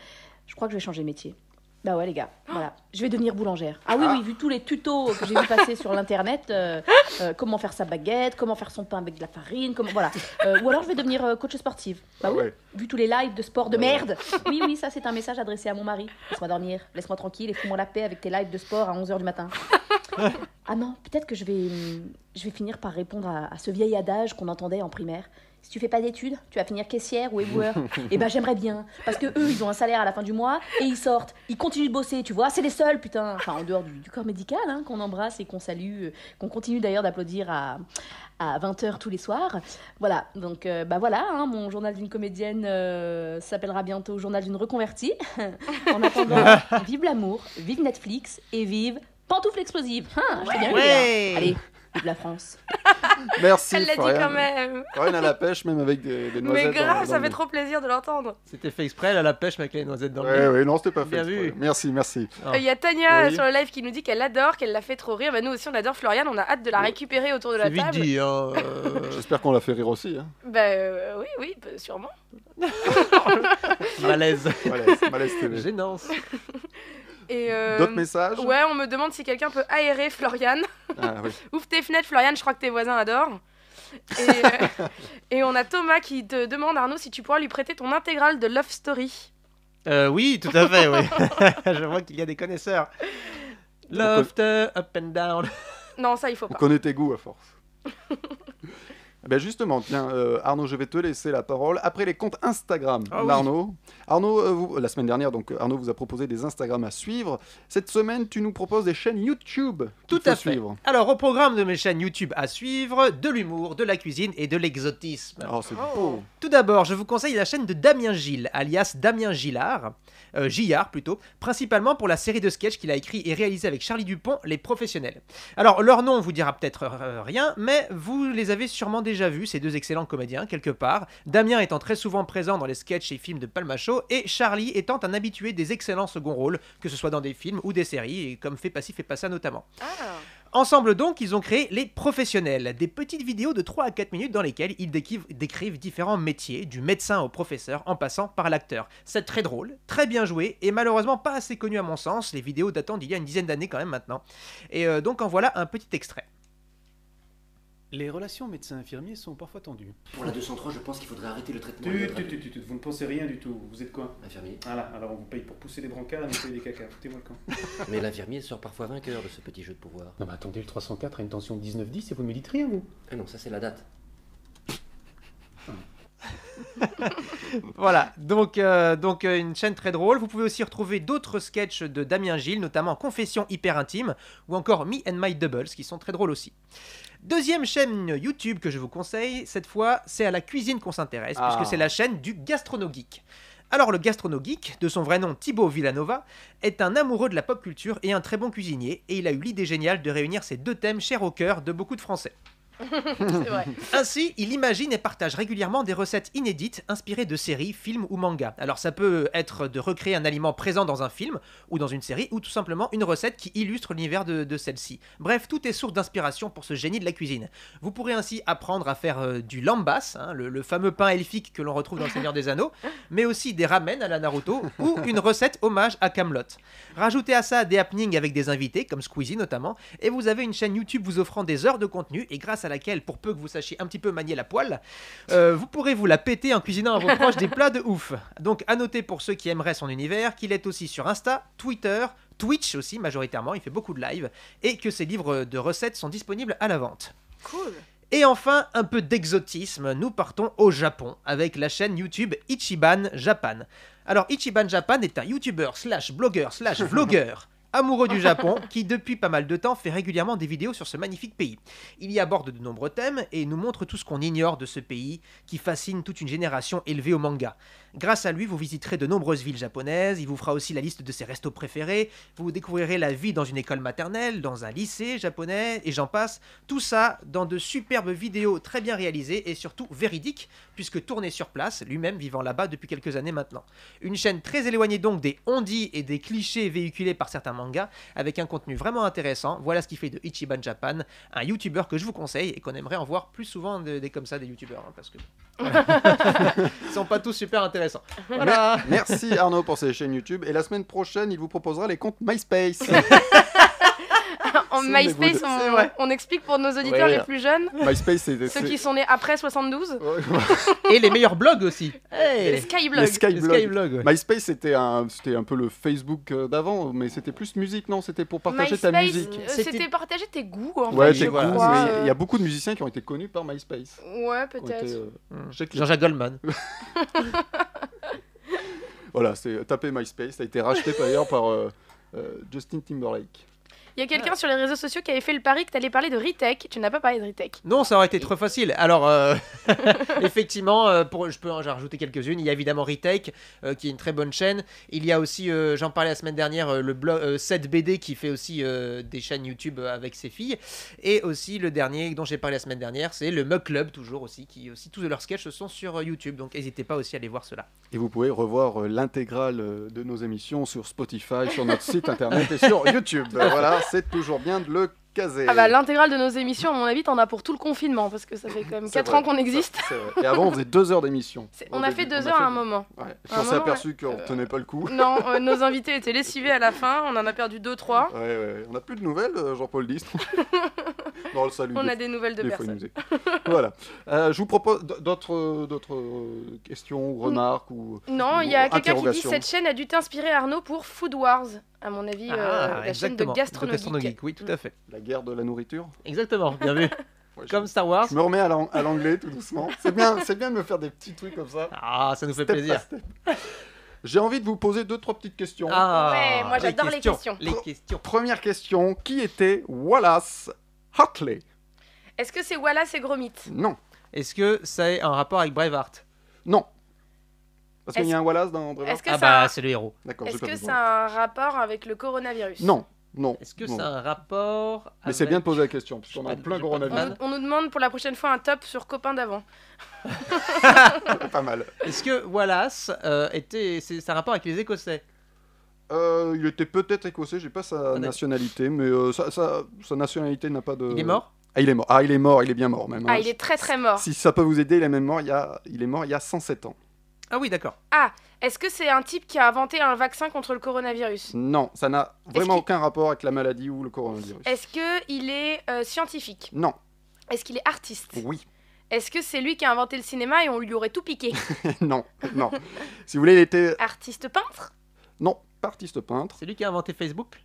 je crois que je vais changer de métier. Bah ouais les gars, voilà, je vais devenir boulangère. Ah oui oui, vu tous les tutos que j'ai vu passer sur l'internet, euh, euh, comment faire sa baguette, comment faire son pain avec de la farine, comment voilà. Euh, ou alors je vais devenir euh, coach sportive. Ah Bah oui, ouais. vu tous les lives de sport de merde. Oui oui, ça c'est un message adressé à mon mari. Laisse-moi dormir, laisse-moi tranquille et fous-moi la paix avec tes lives de sport à 11h du matin. Ah non, peut-être que je vais hum, je vais finir par répondre à, à ce vieil adage qu'on entendait en primaire. Si tu fais pas d'études, tu vas finir caissière ou éboueur. Eh ben j'aimerais bien, parce que eux ils ont un salaire à la fin du mois et ils sortent, ils continuent de bosser, tu vois, Ah, c'est les seuls putain. Enfin en dehors du, du corps médical hein, qu'on embrasse et qu'on salue, euh, qu'on continue d'ailleurs d'applaudir à, à 20h tous les soirs. Voilà, donc euh, bah voilà, hein, mon journal d'une comédienne euh, s'appellera bientôt journal d'une reconvertie. en attendant, vive l'amour, vive Netflix et vive pantoufle explosive. Hein, je t'ai bien eu, hein. Allez, vive la France. Merci. Elle l'a dit Florian. quand même. Florian à la pêche, même avec des, des noisettes. Mais dans- grave, dans ça le- fait trop plaisir de l'entendre. C'était fait exprès, elle a la pêche mais avec les noisettes dans le Ouais, nez. ouais, non, c'était pas fait. Bien exprès. vu. Merci, merci. Euh, Ah. Il y a Tania Oui. sur le live qui nous dit qu'elle l'adore, qu'elle l'a fait trop rire. Bah, nous aussi, on adore Florian, on a hâte de la récupérer autour de la C'est vite table. dit, hein. euh, J'espère qu'on l'a fait rire aussi. Hein. Bah euh, oui, oui, bah, sûrement. malaise. Malaise, malaise TV. Gênance. Et euh, D'autres messages Ouais, on me demande si quelqu'un peut aérer Florian. Ah, oui. Ouvre tes fenêtres, Florian, je crois que tes voisins adorent. Et, euh, et on a Thomas qui te demande, Arnaud, si tu pourras lui prêter ton intégrale de Love Story. Euh, oui, tout à fait, oui. Je vois qu'il y a des connaisseurs. Loft, euh, up and down. Non, ça, il faut On pas. connaît tes goûts à force. Ben justement, tiens, euh, Arnaud, je vais te laisser la parole. Après les comptes Instagram Ah oui. d'Arnaud. Arnaud, euh, vous- la semaine dernière, donc euh, Arnaud vous a proposé des Instagram à suivre. Cette semaine, tu nous proposes des chaînes YouTube. qu'il Tout à faut fait. Suivre. Alors, au programme de mes chaînes YouTube à suivre, de l'humour, de la cuisine et de l'exotisme. Oh, c'est beau. Tout d'abord, je vous conseille la chaîne de Damien Gilles, alias Damien Gillard, euh, Gillard plutôt, principalement pour la série de sketchs qu'il a écrit et réalisé avec Charlie Dupont, Les Professionnels. Alors, leur nom vous dira peut-être euh, rien, mais vous les avez sûrement dé- déjà vu ces deux excellents comédiens quelque part, Damien étant très souvent présent dans les sketchs et films de Palmachot, et Charlie étant un habitué des excellents seconds rôles, que ce soit dans des films ou des séries, et comme Fait Passif et Passa notamment. Ah. Ensemble donc, ils ont créé Les Professionnels, des petites vidéos de 3 à 4 minutes dans lesquelles ils déquivent- décrivent différents métiers, du médecin au professeur en passant par l'acteur. C'est très drôle, très bien joué et malheureusement pas assez connu à mon sens, les vidéos datant d'il y a une dizaine d'années quand même maintenant. Et euh, donc en voilà un petit extrait. Les relations médecins-infirmiers sont parfois tendues. Pour la 203, je pense qu'il faudrait arrêter le traitement. Tut, Infirmier. tut, tut, tut, tut. Vous ne pensez rien du tout. Vous êtes quoi Voilà, alors on vous paye pour pousser des brancards et nettoyer des cacas. Foutez-moi le camp. Mais l'infirmier sort parfois vainqueur de ce petit jeu de pouvoir. Non mais attendez, le 304 a une tension de 19-10 et vous ne me dites rien, vous Ah non, ça c'est la date. Voilà, donc, euh, donc euh, une chaîne très drôle. Vous pouvez aussi retrouver d'autres sketchs de Damien Gilles, notamment Confession hyper intime ou encore Me and My Doubles, qui sont très drôles aussi. Deuxième chaîne YouTube que je vous conseille, cette fois, c'est à la cuisine qu'on s'intéresse, Ah. puisque c'est la chaîne du Gastronogeek. Alors le gastronogeek, de son vrai nom Thibaut Villanova, est un amoureux de la pop culture et un très bon cuisinier, et il a eu l'idée géniale de réunir ces deux thèmes chers au cœur de beaucoup de Français. C'est vrai. Ainsi, il imagine et partage régulièrement des recettes inédites inspirées de séries, films ou mangas. Alors ça peut être de recréer un aliment présent dans un film ou dans une série, ou tout simplement une recette qui illustre l'univers de, de celle-ci. Bref, tout est source d'inspiration pour ce génie de la cuisine. Vous pourrez ainsi apprendre à faire euh, du lambas, hein, le, le fameux pain elfique que l'on retrouve dans Le Seigneur des Anneaux, mais aussi des ramen à la Naruto ou une recette hommage à Camelot. Rajoutez à ça des happenings avec des invités, comme Squeezie notamment, et vous avez une chaîne YouTube vous offrant des heures de contenu et grâce à laquelle, pour peu que vous sachiez un petit peu manier la poêle, euh, vous pourrez vous la péter en cuisinant à vos proches des plats de ouf. Donc à noter pour ceux qui aimeraient son univers qu'il est aussi sur Insta, Twitter, Twitch aussi majoritairement, il fait beaucoup de live, et que ses livres de recettes sont disponibles à la vente. Cool. Et enfin, un peu d'exotisme, nous partons au Japon avec la chaîne YouTube Ichiban Japan. Alors Ichiban Japan est un youtubeur slash blogueur slash vlogueur amoureux du Japon qui depuis pas mal de temps fait régulièrement des vidéos sur ce magnifique pays. Il y aborde de nombreux thèmes et nous montre tout ce qu'on ignore de ce pays qui fascine toute une génération élevée au manga. Grâce à lui, vous visiterez de nombreuses villes japonaises, il vous fera aussi la liste de ses restos préférés, vous découvrirez la vie dans une école maternelle, dans un lycée japonais et j'en passe. Tout ça dans de superbes vidéos très bien réalisées et surtout véridiques, puisque tourné sur place, lui-même vivant là-bas depuis quelques années maintenant. Une chaîne très éloignée donc des ondis et des clichés véhiculés par certains mangas, avec un contenu vraiment intéressant. Voilà ce qui fait de Ichiban Japan un youtubeur que je vous conseille et qu'on aimerait en voir plus souvent de- des comme ça des youtubeurs, hein, parce que voilà. ils sont pas tous super intéressants. Voilà. Merci Arnaud pour ces chaînes YouTube. Et la semaine prochaine, il vous proposera les comptes MySpace. En C'est MySpace, dégoûtant. C'est on, vrai. on explique pour nos auditeurs Ouais. les plus jeunes, MySpace, c'est. ceux c'est- qui sont nés après 72, Et les meilleurs blogs aussi. Hey, les les Skyblogs. Skyblogs. Skyblogs, ouais. MySpace, c'était un, c'était un peu le Facebook euh, d'avant, mais c'était plus musique, non C'était pour partager ta MySpace, musique. euh, C'était- C'était partager tes goûts, en Ouais, fait, j'ai je goûts, voilà. crois. mais il y euh, a beaucoup de musiciens qui ont été connus par MySpace. Ouais, Qui ont été, peut-être. euh, je sais que- Hmm. Jean-Jacques Goldman. Voilà, c'est taper MySpace, ça a été racheté par ailleurs par euh, euh, Justin Timberlake. Il y a quelqu'un sur les réseaux sociaux qui avait fait le pari que t'allais parler de Ritech. Tu n'as pas parlé de Ritech. Non, ça aurait été trop facile. Alors, euh, effectivement, euh, pour, je peux en rajouter quelques-unes. Il y a évidemment Retake, euh, qui est une très bonne chaîne. Il y a aussi, euh, j'en parlais la semaine dernière, euh, le blog euh, 7BD qui fait aussi euh, des chaînes YouTube euh, avec ses filles. Et aussi le dernier dont j'ai parlé la semaine dernière, c'est le Mug Club, toujours aussi, qui aussi tous leurs sketchs sont sur euh, YouTube. Donc, n'hésitez pas aussi à aller voir cela. Et vous pouvez revoir euh, l'intégrale euh, de nos émissions sur Spotify, sur notre site internet et sur YouTube. Voilà, c'est toujours bien de le caser. Ah bah l'intégrale de nos émissions, à mon avis, t'en as pour tout le confinement parce que ça fait quand même C'est 4 vrai, ans qu'on ça, existe. c'est vrai. Et avant, on faisait deux heures d'émission. C'est- Au On a début, fait deux heures à un moment. Ouais. À On un s'est moment, aperçu qu'on Euh, tenait pas le coup. Non, euh, nos invités étaient lessivés à la fin. On en a perdu 2-3. Ouais, ouais. On n'a plus de nouvelles, euh, Jean-Paul Dist. non, le salut. On a des nouvelles de des fois, il personnes. nous écoute. voilà. Euh, je vous propose d- d'autres euh, d'autres, euh, questions ou Mm. remarques ou euh, Non, il y a quelqu'un qui dit Interrogation. cette chaîne a dû t'inspirer Arnaud pour Food Wars. À mon avis, euh, la chaîne de Ah, Mm. exactement. gastronomie. Geek, Oui, tout à fait. la guerre de la nourriture. Exactement, bien vu. Ouais, Comme Star Wars. Je me remets à l'an- à l'anglais tout doucement. C'est bien, c'est bien de me faire des petits trucs comme ça. Ah, ça nous fait Step by plaisir. step. J'ai envie de vous poser deux trois petites questions. Ah, Ouais, moi, j'adore les questions. Les questions. Première question qui était Wallace Hartley Est-ce que c'est Wallace et Gromit Non, Est-ce que ça a un rapport avec Braveheart non. Parce qu'il Est-ce- y a un Wallace dans Brevard. Est-ce que Ah ça bah c'est le héros. D'accord. est-ce j'ai pas que vu. ça a un rapport avec le coronavirus Non, Non. Est-ce que non. ça a un rapport Mais c'est bien de poser la question, Je puisqu'on sais a pas, plein j'ai pas de On coronavirus. nous, on nous demande pour la prochaine fois un top sur copain d'avant. pas mal. Est-ce que Wallace euh, était. C'est ça a un rapport avec les Écossais Euh, il était peut-être écossais, j'ai pas sa d'accord. nationalité, mais euh, sa, sa- sa nationalité n'a pas de. Il est mort Ah, il est mort. Ah, il est mort, il est bien mort même. hein. Ah, il est très très mort. Si ça peut vous aider, il est même mort il y a, il est mort il y a 107 ans. Ah oui, d'accord. Est-ce que c'est un type qui a inventé un vaccin contre le coronavirus Non, ça n'a vraiment qu'il- aucun rapport avec la maladie ou le coronavirus. Est-ce qu'il est euh, scientifique Non, Est-ce qu'il est artiste oui, Est-ce que c'est lui qui a inventé le cinéma et on lui aurait tout piqué non, non. si vous voulez, il était. Artiste peintre Non, pas artiste peintre C'est lui qui a inventé Facebook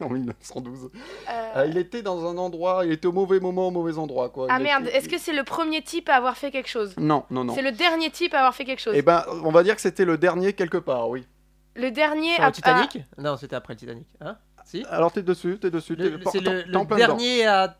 en 1912. Euh, Euh, il était dans un endroit, il était au mauvais moment, au mauvais endroit. Quoi. Ah Il merde, était- est-ce que c'est le premier type à avoir fait quelque chose Non, non, non. C'est le dernier type à avoir fait quelque chose Eh ben, on va dire que c'était le dernier quelque part, oui. Le dernier Sur à- le Titanic Non, c'était après le Titanic. Hein Si Alors t'es dessus, t'es dessus, Le- t'es le- t'en- C'est le, t'es le en plein dedans. dernier à,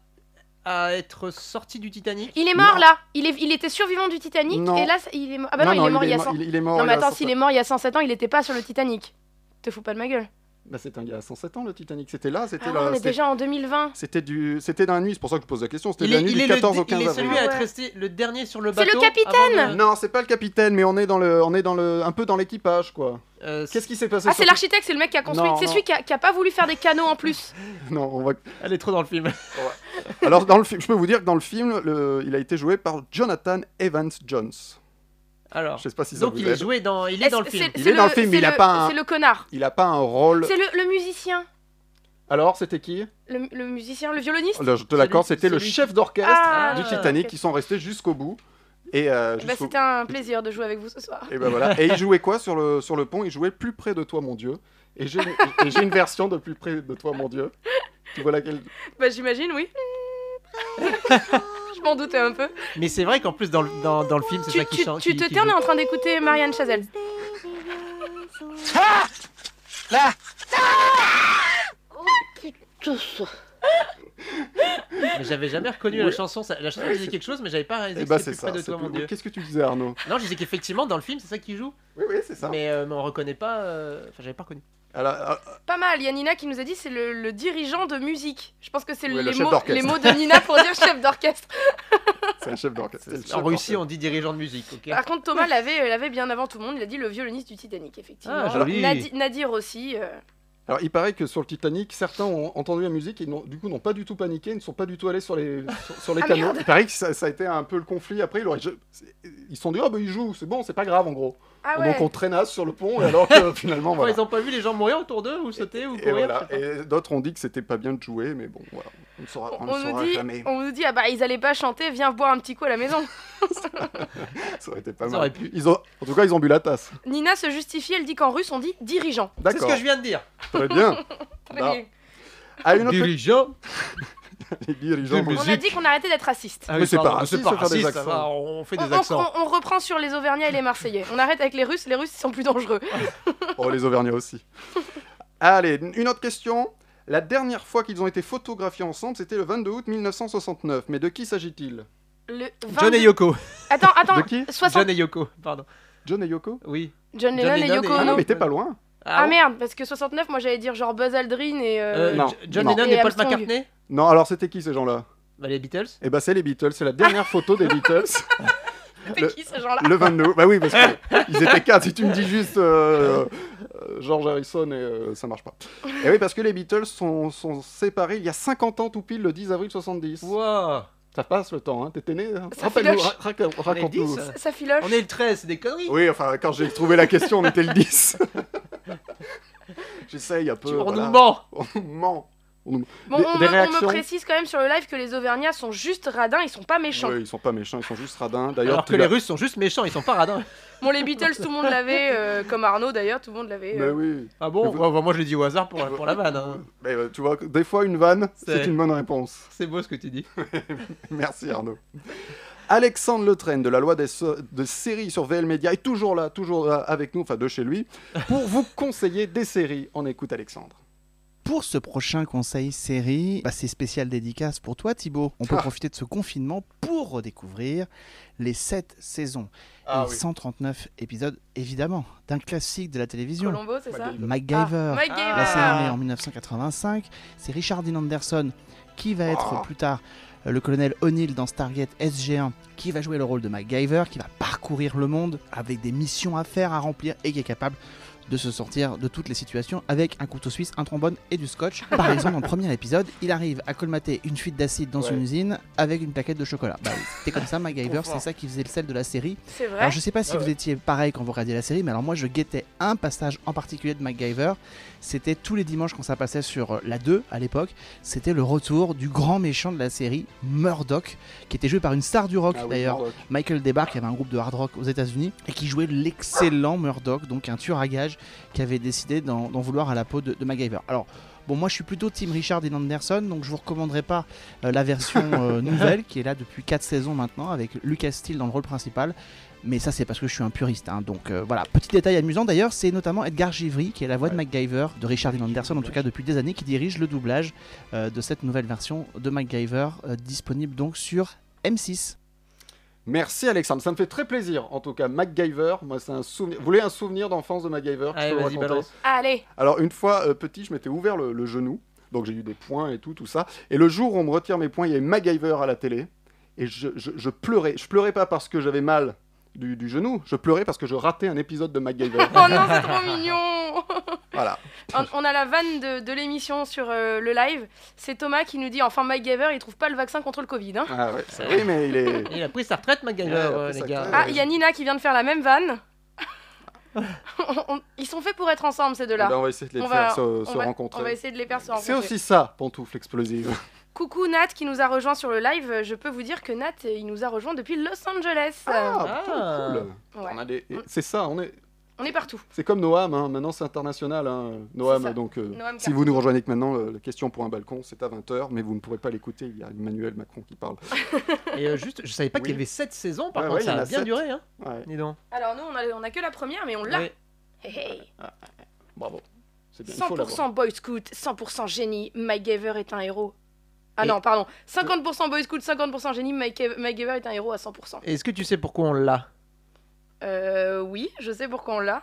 à être sorti du Titanic à- Il est mort Non. là il, est... il était survivant du Titanic Non. et là c'est- il est mort. Ah bah non, il est mort il y a 100 il, il est mort. Non il mais y a attends, s'il 107 est mort il y a 107 ans, il était pas sur le Titanic. Te fous pas de ma gueule. Bah c'est un gars à 107 ans le Titanic, c'était là, c'était Ah, là. on est c'était- déjà en 2020. C'était du, c'était dans la nuit, c'est pour ça que je pose la question. C'était Il de la est, nuit il du est le- 14 au 15 il est avril. celui à être Ouais. resté le dernier sur le C'est bateau. le capitaine avant de- Non, c'est pas le capitaine, mais on est dans le, on est dans le, un peu dans l'équipage quoi. Euh, Qu'est-ce qui s'est passé Ah sur- c'est l'architecte, c'est le mec qui a construit. Non, C'est non. celui qui a, qui a pas voulu faire des canaux en plus. Non, on va- Elle est trop dans le film. Alors dans le film, je peux vous dire que dans le film, le- il a été joué par Jonathan Evans Jones. Je Alors, sais pas si ça donc vous il est aide. joué dans, il est dans le Est-ce- film. Il c'est est dans le film, mais c'est il a pas un- C'est le connard. Il a pas un rôle. C'est le, le musicien. Alors c'était qui Le, le musicien, le violoniste Là, Je te l'accorde, Celui- c'était le celui- chef d'orchestre Ah, du ah, Titanic ok. qui sont restés jusqu'au bout. Et euh, Bah, jusqu'au- C'était un plaisir de jouer avec vous ce soir. Et ben voilà. Et il jouait quoi sur le, sur le pont Il jouait plus près de toi, mon Dieu. Et j'ai et j'ai une version de plus près de toi, mon Dieu. Tu vois laquelle Bah j'imagine, oui. Je m'en doutais un peu. Mais c'est vrai qu'en plus dans le, dans, dans le film, c'est Tu, ça qui tu, chante. tu qui- te qui tais, on est joue. en train d'écouter Marianne Chazelle. Mais j'avais jamais reconnu la Oui. chanson. ça- la chanson me disait quelque chose, mais j'avais pas réalisé Eh que ben c'était c'est plus près ça. de c'est toi, mon plus- dieu. Qu'est-ce que tu disais, Arnaud Non, je disais qu'effectivement dans le film, c'est ça qui joue. Oui, oui, c'est ça. Mais, euh, mais on reconnaît pas. euh, Enfin, j'avais pas reconnu. Alors, ah, ah, Pas mal, il y a Nina qui nous a dit c'est le, le dirigeant de musique. Je pense que c'est Ouais, le les, chef mots, d'orchestre. les mots de Nina pour dire chef d'orchestre. c'est un chef d'orchestre. c'est le Ah, chef En Russie, d'orchestre. on dit dirigeant de musique, ok Par contre, Thomas l'avait euh, l'avait bien avant tout le monde, il a dit le violoniste du Titanic, effectivement. Ah, joli. Nadi- Nadir aussi. euh, Alors, il paraît que sur le Titanic, certains ont entendu la musique et n'ont- du coup n'ont pas du tout paniqué, ne sont pas du tout allés sur les, sur, sur les Ah, canaux. merde. Il paraît que ça, ça a été un peu le conflit. Après, ils, auraient- je- c'est- ils se sont dit, oh, ben ils jouent, c'est bon, c'est pas grave en gros. Ah Donc on ouais, traînasse sur le pont, et alors que finalement, Pourquoi voilà. Ils ont pas vu les gens mourir autour d'eux ou sauter ou Et courir voilà. je sais Et d'autres ont dit que c'était pas bien de jouer, mais bon, voilà. On ne saura, on, on ne on nous saura dit, jamais. on nous dit ah bah ils allaient pas chanter, viens boire un petit coup à la maison. Ça aurait été pas Ça mal. aurait pu. Ils ont... En tout cas, ils ont bu la tasse. Nina se justifie, elle dit qu'en russe on dit dirigeant. pas. C'est ce D'accord. que je viens de dire. Très bien. Très Non. bien. À une autre Dirigeant Les dirigeants. Plus On a dit qu'on arrêtait d'être raciste. Mais c'est pardon, pas c'est raciste pas de faire des raciste, ça accents. va, Ah, on fait Ah, On, des on- accents. on- on reprend sur les Auvergnats et les Marseillais. On arrête avec les Russes, les Russes ils sont plus dangereux. Oh, les Auvergnats aussi. Allez, une autre question. La dernière fois qu'ils ont été photographiés ensemble, c'était le 22 août 1969. Mais de qui s'agit-il Le John 22 et Yoko. Attends, attends. De qui 60... John, John et Yoko, pardon. John et Yoko Oui. John Lennon et Lennon Yoko et- Ah, Ono. mais t'es pas loin. Ah, bon merde, parce que 69, moi j'allais dire genre Buzz Aldrin et. euh, Euh, non, J- John non. Lennon Et et Paul Armstrong. McCartney Non, alors c'était qui ces gens-là Bah, les Beatles. Eh ben c'est les Beatles, c'est la dernière photo des Beatles, C'était le- qui ces gens-là le 22 août. Bah oui, parce qu'ils étaient quatre. Si tu me dis juste euh, euh, George Harrison, et, euh, ça marche pas. Et oui, parce que les Beatles sont, sont séparés il y a 50 ans tout pile, le 10 avril 70. Wow. Ça passe le temps, hein T'étais né hein Ça Rappelle-nous, filoche. ra- rac- On est hein. raconte-nous. 10. Ça filoche. On est le 13, c'est des conneries. Oui, enfin, quand j'ai trouvé la question, on était le 10. J'essaye un peu. Tu- on voilà. nous ment. On nous ment. Bon, Des- on, des me- on me réactions précise quand même sur le live que les Auvergnats sont juste radins, ils sont pas méchants. Ouais, ils sont pas méchants, ils sont juste radins. Alors D'ailleurs, tu que les l'as- Russes sont juste méchants, ils sont pas radins. Bon, les Beatles, tout le monde l'avait, euh, comme Arnaud d'ailleurs, tout le monde l'avait. Mais euh. Bah oui. Ah bon Mais Ouais, bah, Moi je l'ai dit au hasard pour, pour la vanne. hein. Mais, euh, tu vois, des fois, une vanne, C'est- c'est une bonne réponse. C'est beau ce que tu dis. Merci, Arnaud. Alexandre Le Train de la loi des so- de séries sur VL Media est toujours là, toujours là avec nous, enfin de chez lui, pour vous conseiller des séries. On écoute Alexandre. Pour ce prochain conseil série, bah, c'est spécial dédicace pour toi Thibaut. On peut Ah. profiter de ce confinement pour redécouvrir les 7 saisons Ah et oui. 139 épisodes, évidemment, d'un classique de la télévision. Colombo, c'est ça MacGyver. Ah, MacGyver. La hein. série est en 1985. C'est Richard Dean Anderson qui va être plus tard euh, le colonel O'Neill dans Stargate SG1, qui va jouer le rôle de MacGyver, qui va parcourir le monde avec des missions à faire, à remplir et qui est capable de se sortir de toutes les situations avec un couteau suisse, un trombone et du scotch. Par exemple, dans le premier épisode, il arrive à colmater une fuite d'acide dans Ouais. une usine avec une plaquette de chocolat. Bah oui, c'était comme ça, MacGyver, c'est ça qui faisait le sel de la série. C'est vrai Alors je sais pas si vous étiez pareil quand vous regardiez la série, mais alors moi je guettais un passage en particulier de MacGyver. C'était tous les dimanches quand ça passait sur euh, la 2 à l'époque. C'était le retour du grand méchant de la série, Murdoch, qui était joué par une star du rock Ah oui, d'ailleurs. Murdoch. Michael Debar, qui avait un groupe de hard rock aux États-Unis et qui jouait l'excellent Murdoch, donc un tueur à gages qui avait décidé d'en d'en vouloir à la peau de, de MacGyver. Alors. Bon, moi je suis plutôt Team Richard Dean Anderson, donc je vous recommanderai pas euh, la version euh, nouvelle qui est là depuis 4 saisons maintenant avec Lucas Steele dans le rôle principal. Mais ça, c'est parce que je suis un puriste. hein. Donc euh, voilà, petit détail amusant d'ailleurs, c'est notamment Edgar Givry qui est la voix de MacGyver, de Richard Dean Anderson en tout cas depuis des années, qui dirige le doublage euh, de cette nouvelle version de MacGyver, euh, disponible donc sur M6. Merci Alexandre, ça me fait très plaisir. En tout cas, MacGyver, moi c'est un souvenir. Vous voulez un souvenir d'enfance de MacGyver que je Allez, peux vous Ah, vas-y, raconter balance. Allez, Alors une fois euh, petit, je m'étais ouvert le, le genou, donc j'ai eu des points et tout, tout ça. Et le jour où on me retire mes points, il y avait MacGyver à la télé, et je, je- je pleurais. Je pleurais pas parce que j'avais mal du, du genou, je pleurais parce que je ratais un épisode de MacGyver. oh non, c'est trop mignon voilà. on, on a la vanne de, de l'émission sur euh, le live. C'est Thomas qui nous dit enfin, MacGyver, il trouve pas le vaccin contre le Covid. hein. Ah ouais, c'est- oui, mais il est. Il a pris sa retraite, MacGyver, Ouais, il a euh, pris les sa gars. retraite. Ah, il y a Nina qui vient de faire la même vanne. On- on- ils sont faits pour être ensemble, ces Eh ben, deux-là. on va essayer de les On faire va- se, on euh, se va- rencontrer. On va essayer de les faire se rencontrer. C'est aussi ça, pantoufle explosive. Coucou Nat qui nous a rejoint sur le live. Euh, Je peux vous dire que Nat, euh, il nous a rejoint depuis Los Angeles. Ah, putain, Ah. cool. Euh, ouais. On a des- C'est ça, on est. On est partout. C'est comme Noam, hein, maintenant c'est international. hein, Noam, C'est ça. donc euh, Noam si Carter. vous nous rejoignez que maintenant, le- la question pour un balcon, c'est à 20h, mais vous ne pourrez pas l'écouter, il y a Emmanuel Macron qui parle. Et euh, juste, je savais pas Oui. qu'il y avait 7 saisons, par Ouais, contre, ouais, il ça y en a a bien sept. duré, hein. Ouais, Dis donc. Alors nous, on a, on a que la première, mais on l'a. Oui. Hey, hey. bravo. C'est bien, il faut l'avoir. 100% Boy Scout, 100% génie, MacGyver est un héros. Ah non, pardon. 50% Boy Scout, 50% génie, Mike- MacGyver est un héros à 100%. Est-ce que tu sais pourquoi on l'a Euh, oui, je sais pourquoi on l'a.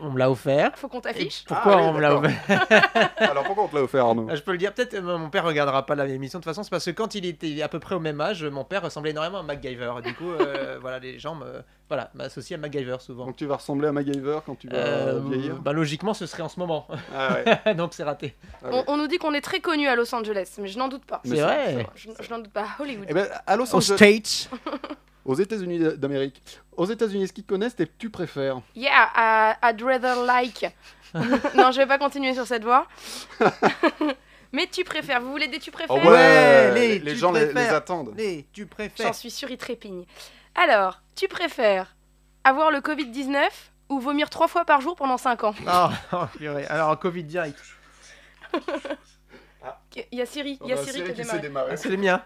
On me l'a offert. Faut qu'on t'affiche. Pourquoi Ah oui, on me l'a d'accord. offert Alors pourquoi on te l'a offert, Arnaud Ah, Je peux le dire, peut-être euh, mon père regardera pas la émission de toute façon, c'est parce que quand il était à peu près au même âge, mon père ressemblait énormément à MacGyver. Du coup, euh, voilà, les gens me- voilà, m'associent à MacGyver souvent. Donc tu vas ressembler à MacGyver quand tu vas Euh, vieillir bah, logiquement, ce serait en ce moment, Ah ouais. donc c'est raté. Ah On, on nous dit qu'on est très connu à Los Angeles, mais je n'en doute pas. Mais C'est vrai. Je, je n'en doute pas. Hollywood. Eh ben, à Los Au Angeles- States. aux États-Unis d'Amérique. Aux États-Unis, ce qu'ils te connaissent, et tu préfères. Yeah, I- I'd rather like. non, je vais pas continuer sur cette voie. mais tu préfères. Vous voulez des tu préfères Oh ouais, Ouais, les, les- les tu gens les, préfères. les attendent. Les, tu J'en préfères. suis sûre, il trépigne. Alors, tu préfères avoir le Covid-19 ou vomir trois fois par jour pendant 5 ans Ah, oh, purée. Alors, Covid direct. Il y a Siri, Oh, bah, il y a Siri qui a démarré. Ah, c'est les miens.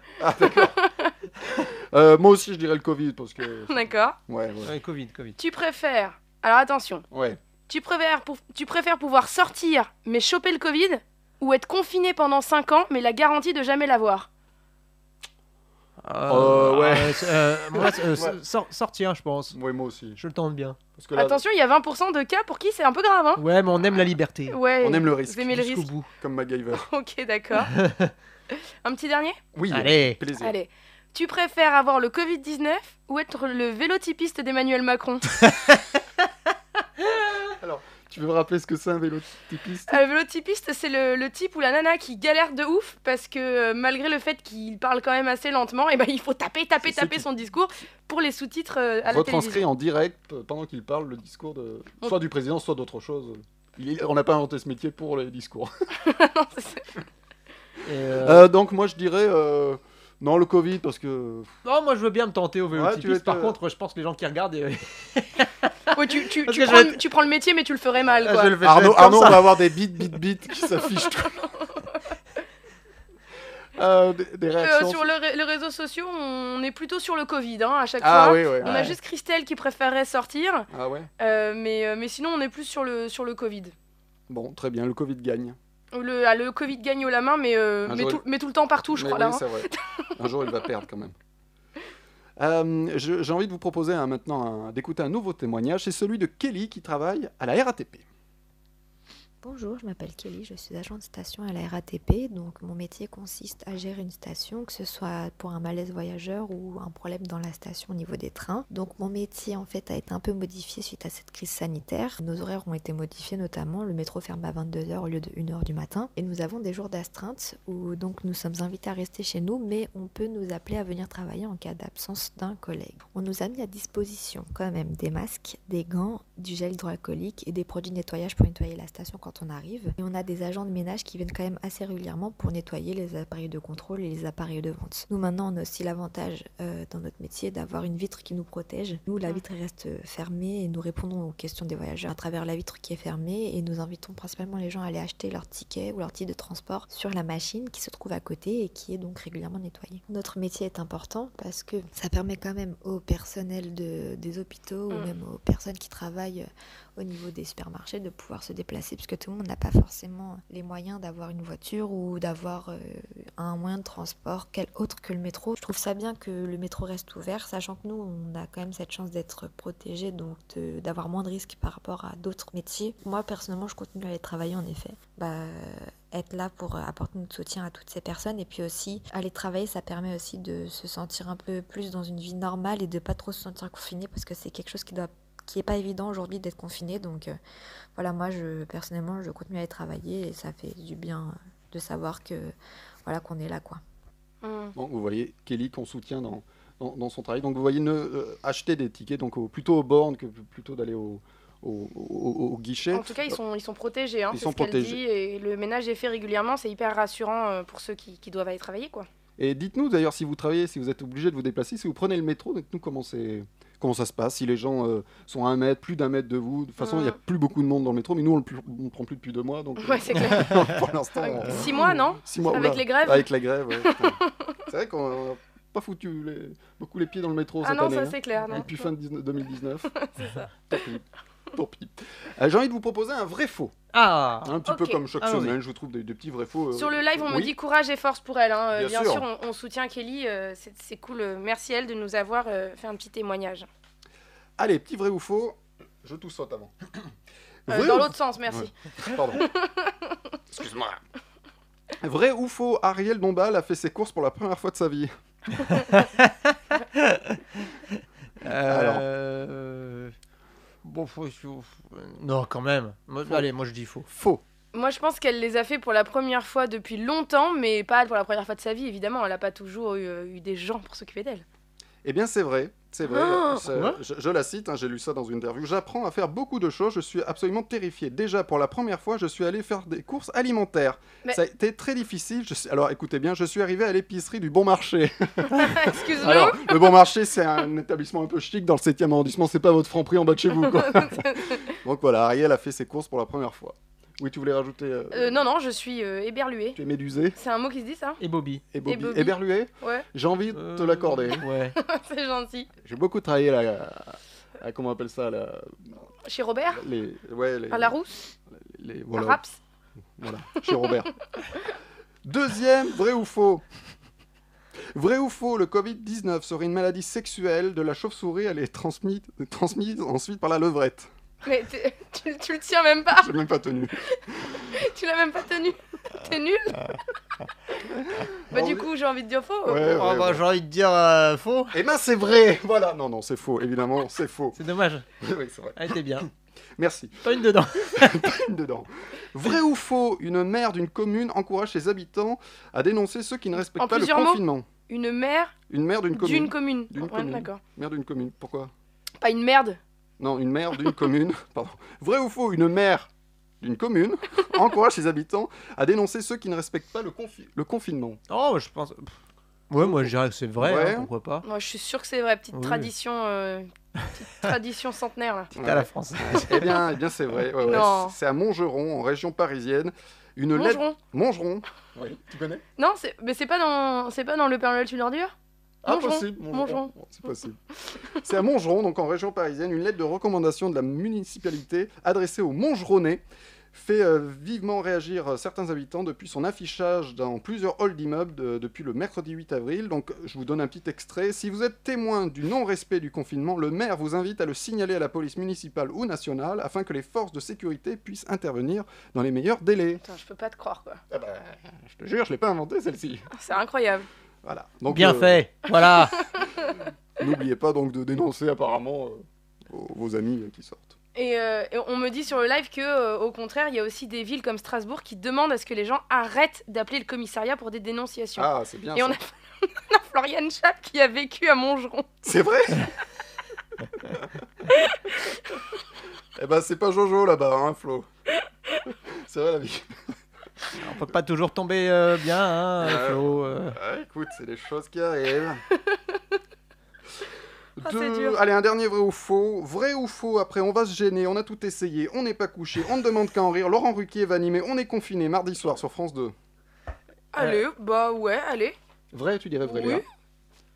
Euh, moi aussi, je dirais le Covid, parce que... D'accord. Ouais, ouais. Ouais, Covid, Covid. Tu préfères. Alors attention. ouais. Tu préfères, pou- tu préfères pouvoir sortir mais choper le Covid ou être confiné pendant 5 ans mais la garantie de jamais l'avoir Euh, ouais. euh, c'est- euh, moi, c'est- euh, Ouais. sor- sortir, je pense. Ouais, moi aussi. Je le tente bien. Parce que là, Attention, il y a 20% de cas pour qui c'est un peu grave. Hein Ouais, mais on aime la liberté. ouais, on aime le risque, Vous aimez le Jusqu'au risque. bout. comme MacGyver. Ok, d'accord. un petit dernier Oui, Allez. plaisir. Allez. Tu préfères avoir le Covid-19 ou être le vélotypiste d'Emmanuel Macron Tu veux me rappeler ce que c'est un vélotypiste Le Euh, vélotypiste, c'est le, le type ou la nana qui galère de ouf parce que euh, malgré le fait qu'il parle quand même assez lentement, et ben il faut taper, taper, C'est ceux taper qui- son discours pour les sous-titres euh, à la Retranscrit télévision. en direct euh, pendant qu'il parle le discours de Bon. soit du président, soit d'autre chose. Il est- On n'a pas inventé ce métier pour les discours. Non, c'est- Et, euh, Euh, donc moi je dirais euh, non le Covid parce que Non, moi je veux bien me tenter au vélo Ouais, tu veux te- Par contre, je pense que les gens qui regardent. euh, Ouais, tu, tu- Parce tu que je prends, vais tu prends le métier mais tu le ferais Ah, mal. Ah, je Quoi. le fais- je vais Arnaud, être comme Arnaud, on ça. va avoir des bits bits bits qui s'affichent. tout le- Euh, des, des Euh, réactions. sur le ré- les réseaux sociaux, on est plutôt sur le Covid hein, à chaque Ah fois. oui, ouais. On a juste Christelle qui préférerait sortir, Ah ouais. euh, mais, euh, mais sinon on est plus sur le, sur le Covid. Bon, très bien, le Covid gagne. Le, ah, le Covid gagne au la main, mais, euh, Un mais, jour, tout, mais tout le temps partout, je Ah, Mais crois. oui, là, hein. c'est vrai. Un jour, il va perdre quand même. Euh, je- J'ai envie de vous proposer hein, maintenant un- d'écouter un nouveau témoignage. C'est celui de Kelly qui travaille à la RATP. Bonjour, je m'appelle Kelly, je suis agent de station à la RATP. Donc, mon métier consiste à gérer une station, que ce soit pour un malaise voyageur ou un problème dans la station au niveau des trains. Donc, mon métier en fait a été un peu modifié suite à cette crise sanitaire. Nos horaires ont été modifiés, notamment le métro ferme à 22h au lieu de 1h du matin. Et nous avons des jours d'astreinte où donc nous sommes invités à rester chez nous, mais on peut nous appeler à venir travailler en cas d'absence d'un collègue. On nous a mis à disposition quand même des masques, des gants, du gel hydroalcoolique et des produits de nettoyage pour nettoyer la station quand on arrive. Et on a des agents de ménage qui viennent quand même assez régulièrement pour nettoyer les appareils de contrôle et les appareils de vente. Nous maintenant on a aussi l'avantage euh, dans notre métier d'avoir une vitre qui nous protège. Nous la vitre elle reste euh, fermée et nous répondons aux questions des voyageurs à travers la vitre qui est fermée et nous invitons principalement les gens à aller acheter leur ticket ou leur titre de transport sur la machine qui se trouve à côté et qui est donc régulièrement nettoyée. Notre métier est important parce que ça permet quand même au personnel de- des hôpitaux ou Mm. même aux personnes qui travaillent euh, au niveau des supermarchés de pouvoir se déplacer puisque tout le monde n'a pas forcément les moyens d'avoir une voiture ou d'avoir euh, un moyen de transport quel autre que le métro. Je trouve ça bien que le métro reste ouvert sachant que nous on a quand même cette chance d'être protégés donc de- d'avoir moins de risques par rapport à d'autres métiers. Moi personnellement je continue à aller travailler en effet. Bah, être là pour euh, apporter notre soutien à toutes ces personnes et puis aussi aller travailler ça permet aussi de se sentir un peu plus dans une vie normale et de pas trop se sentir confiné parce que c'est quelque chose qui doit qui est pas évident aujourd'hui d'être confiné donc euh, voilà moi je personnellement je continue à aller travailler et ça fait du bien euh, de savoir que voilà qu'on est là quoi. Mm. Bon, vous voyez Kelly qu'on soutient dans, dans, dans son travail. Donc vous voyez ne, euh, acheter des tickets donc au- plutôt aux bornes que plutôt d'aller au, au, au- au- au guichet. En tout cas, ils sont, ils sont protégés. Hein, Ils c'est sont ce qu'elle protégés. dit, et le ménage est fait régulièrement. C'est hyper rassurant euh, pour ceux qui, qui doivent aller travailler. quoi. Et dites-nous d'ailleurs si vous travaillez, si vous êtes obligé de vous déplacer, si vous prenez le métro, dites-nous comment, c'est- comment ça se passe, si les gens euh, sont à un mètre, plus d'un mètre de vous. De toute façon, il n'y a plus beaucoup de monde dans le métro, mais nous, on ne prend plus depuis deux mois. Donc, Ah. Ouais, c'est clair. pour l'instant. on- Six mois, non Six mois, Avec oula. les grèves Avec la grève, ouais, putain. C'est vrai qu'on n'a pas foutu les- beaucoup les pieds dans le métro Ah cette non, année. ça, hein. c'est clair, non. Depuis fin de 19 2019. Tant pis. Tant pis. Euh, J'ai envie de vous proposer un vrai faux. hein, Ah Un petit peu Ok. comme chaque Allons-y. semaine, je vous trouve des, des petits vrais faux. euh, Sur le live, on me oui. dit courage et force pour elle. hein. Euh, Bien Bien, sûr. sûr, on, on soutient Kelly. euh, c'est c'est cool. euh, Merci elle de nous avoir euh, fait un petit témoignage. Allez, petit vrai ou faux. Je tout saute avant. Euh, Vrai dans ou- l'autre sens, merci. Ouais. Pardon. Excuse-moi. Vrai ou faux, Ariel Dombal a fait ses courses pour la première fois de sa vie. Euh... Bon, faut- faut- faut- Non, quand même. Moi- Allez, moi je dis faux. Faux. Moi, je pense qu'elle les a fait pour la première fois depuis longtemps, mais pas pour la première fois de sa vie, évidemment. Elle n'a pas toujours eu, euh, eu des gens pour s'occuper d'elle. Eh bien, c'est vrai. C'est vrai. Ah, C'est- je, je la cite, hein, j'ai lu ça dans une interview. J'apprends à faire beaucoup de choses, je suis absolument terrifié. Déjà, pour la première fois, je suis allé faire des courses alimentaires. Mais- Ça a été très difficile. Je suis- Alors, écoutez bien, je suis arrivé à l'épicerie du Bon Marché. Excuse-nous. Alors, le Bon Marché, c'est un établissement un peu chic dans le 7e arrondissement. C'est pas votre franc-prix en bas de chez vous. quoi. Donc voilà, Ariel a fait ses courses pour la première fois. Oui, tu voulais rajouter. euh, Euh, non, non, je suis euh, éberluée. Tu es médusé C'est un mot qui se dit, ça Et Bobby. Et Bobby. Bobby. Éberlué Ouais. J'ai envie de te l'accorder. Ouais. hein C'est gentil. J'ai beaucoup travaillé là. à- à- comment on appelle ça là Chez Robert les, ouais, les, À Ah, la rousse les, À voilà, Raps voilà, chez Robert. Deuxième, vrai ou faux Vrai ou faux, le Covid-19 serait une maladie sexuelle de la chauve-souris, elle est transmise, transmise ensuite par la levrette. Mais t'es- tu, tu le tiens même pas. J'ai même pas tenu. tu l'as même pas tenu. T'es nul. bah, du coup, j'ai envie de dire faux. Oh, bah, j'ai envie de dire euh, faux. Eh ben c'est vrai Voilà, non, non, c'est faux, évidemment, c'est faux. C'est dommage. oui, c'est vrai. Elle était bien. Merci. Pas une dedans. une dedans. Vrai ou faux, une maire d'une commune encourage ses habitants à dénoncer ceux qui ne respectent En pas le plusieurs mots confinement. Une mère Une maire d'une commune. d'une commune. D'une Ouais, commune. D'accord. Maire d'une commune, pourquoi Pas une merde. Non, une maire d'une commune, pardon. Vrai ou faux, une maire d'une commune encourage ses habitants à dénoncer ceux qui ne respectent pas le, confi- le confinement. Oh, je pense. pff. Ouais, moi je dirais que c'est vrai, Ouais. hein, pourquoi pas. Moi, je suis sûr que c'est vrai. Petite Oui. tradition, euh, petite tradition centenaire là. T'as la France. eh bien, eh bien c'est vrai. ouais, ouais. Non. C'est à Montgeron, en région parisienne. Une Montgeron lettre... Montgeron. Oui, tu connais Non, c'est- mais c'est pas dans, c'est pas dans le Père Noël tu l'ordures Ah, Montgeron, possible, Montgeron. Montgeron. C'est possible. C'est à Montgeron, donc en région parisienne, une lettre de recommandation de la municipalité adressée aux Montgeronnais fait euh, vivement réagir euh, certains habitants depuis son affichage dans plusieurs halls d'immeubles de- depuis le mercredi 8 avril. Donc je vous donne un petit extrait. Si vous êtes témoin du non-respect du confinement, le maire vous invite à le signaler à la police municipale ou nationale afin que les forces de sécurité puissent intervenir dans les meilleurs délais. Putain, je peux pas te croire, quoi. Ah bah, Je te jure, je l'ai pas inventé celle-ci. C'est incroyable. Voilà. Donc, euh, Bien fait, voilà. N'oubliez pas donc de dénoncer apparemment euh, vos- vos amis euh, qui sortent. Et, euh, et on me dit sur le live que, euh, au contraire, il y a aussi des villes comme Strasbourg qui demandent à ce que les gens arrêtent d'appeler le commissariat pour des dénonciations. Ah, c'est bien Et ça. on a, on a Floriane Chap qui a vécu à Montgeron. C'est vrai Eh ben c'est pas Jojo là-bas, hein Flo. C'est vrai la vie. On peut pas toujours tomber euh, bien, hein, Euh, Flo. euh. ouais, écoute, c'est des choses qui arrivent. Ah, Deux- c'est dur. Allez, un dernier vrai ou faux. Vrai ou faux, après on va se gêner, on a tout essayé, on n'est pas couché, on ne demande qu'à en rire. Laurent Ruquier va animer, on est confiné mardi soir sur France 2. Allez, bah ouais, allez. Vrai, tu dirais vrai, Oui. Léa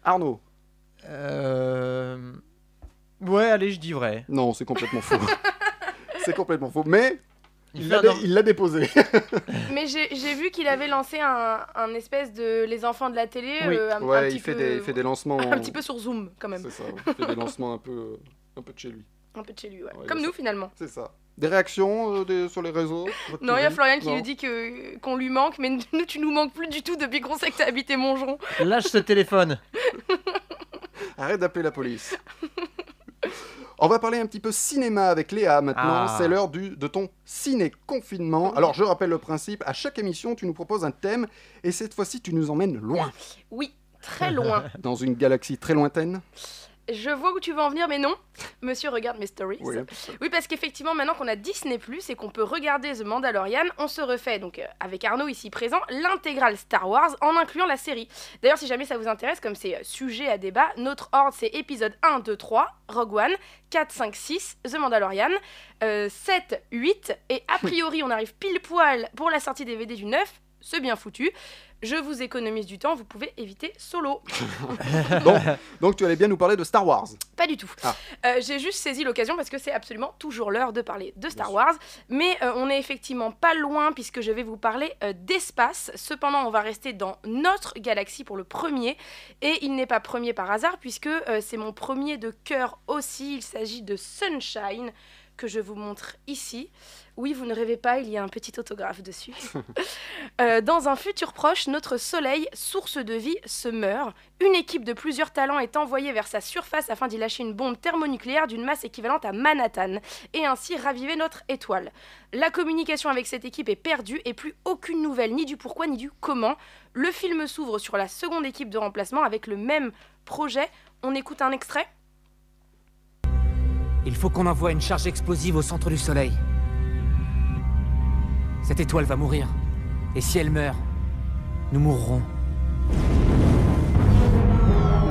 Arnaud Euh, Ouais, allez, je dis vrai. Non, c'est complètement faux. c'est complètement faux, mais Il il fait l'a un dé- or- il l'a déposé. Mais j'ai j'ai vu qu'il avait lancé un, un espèce de Les enfants de la télé. euh, un, un ouais, petit il fait, peu- des, il fait des lancements. Un petit peu sur Zoom, quand même. C'est ça, il fait des lancements un peu, un peu de chez lui. Un peu de chez lui, ouais. Ouais, comme il a nous, ça. finalement. C'est ça. Des réactions euh, des- sur les réseaux votre Non, il y a TV? Florian qui Mm-hmm. Non. lui dit que qu'on lui manque, mais nous, tu nous manques plus du tout depuis qu'on sait que t'as habité Montgeron. Lâche ce téléphone. Arrête d'appeler la police. On va parler un petit peu cinéma avec Léa maintenant. Ah. C'est l'heure du- de ton ciné-confinement. Alors, je rappelle le principe. À chaque émission, tu nous proposes un thème et cette fois-ci, tu nous emmènes loin. Oui, très loin. Dans une galaxie très lointaine. Je vois où tu vas en venir, mais non. Monsieur regarde mes stories. Oui. Oui, parce qu'effectivement, maintenant qu'on a Disney et qu'on peut regarder The Mandalorian, on se refait, donc euh, avec Arnaud ici présent, l'intégrale Star Wars en incluant la série. D'ailleurs, si jamais ça vous intéresse, comme c'est euh, sujet à débat, notre ordre c'est épisode 1, 2, 3, Rogue One, 4, 5, 6, The Mandalorian, euh, 7, 8, et a priori, on arrive pile poil pour la sortie DVD du 9, c'est bien foutu. Je vous économise du temps, vous pouvez éviter solo. donc, donc, tu allais bien nous parler de Star Wars. Pas du tout. Ah. Euh, J'ai juste saisi l'occasion parce que c'est absolument toujours l'heure de parler de Star Wars. Mais euh, on n'est effectivement pas loin puisque je vais vous parler euh, d'espace. Cependant, on va rester dans notre galaxie pour le premier. Et il n'est pas premier par hasard puisque euh, c'est mon premier de cœur aussi. Il s'agit de Sunshine que je vous montre ici. Oui, vous ne rêvez pas, il y a un petit autographe dessus. Euh, dans un futur proche, notre Soleil, source de vie, se meurt. Une équipe de plusieurs talents est envoyée vers sa surface afin d'y lâcher une bombe thermonucléaire d'une masse équivalente à Manhattan et ainsi raviver notre étoile. La communication avec cette équipe est perdue et plus aucune nouvelle ni du pourquoi ni du comment. Le film s'ouvre sur la seconde équipe de remplacement avec le même projet. On écoute un extrait Il faut qu'on envoie une charge explosive au centre du Soleil. Cette étoile va mourir. Et si elle meurt, nous mourrons.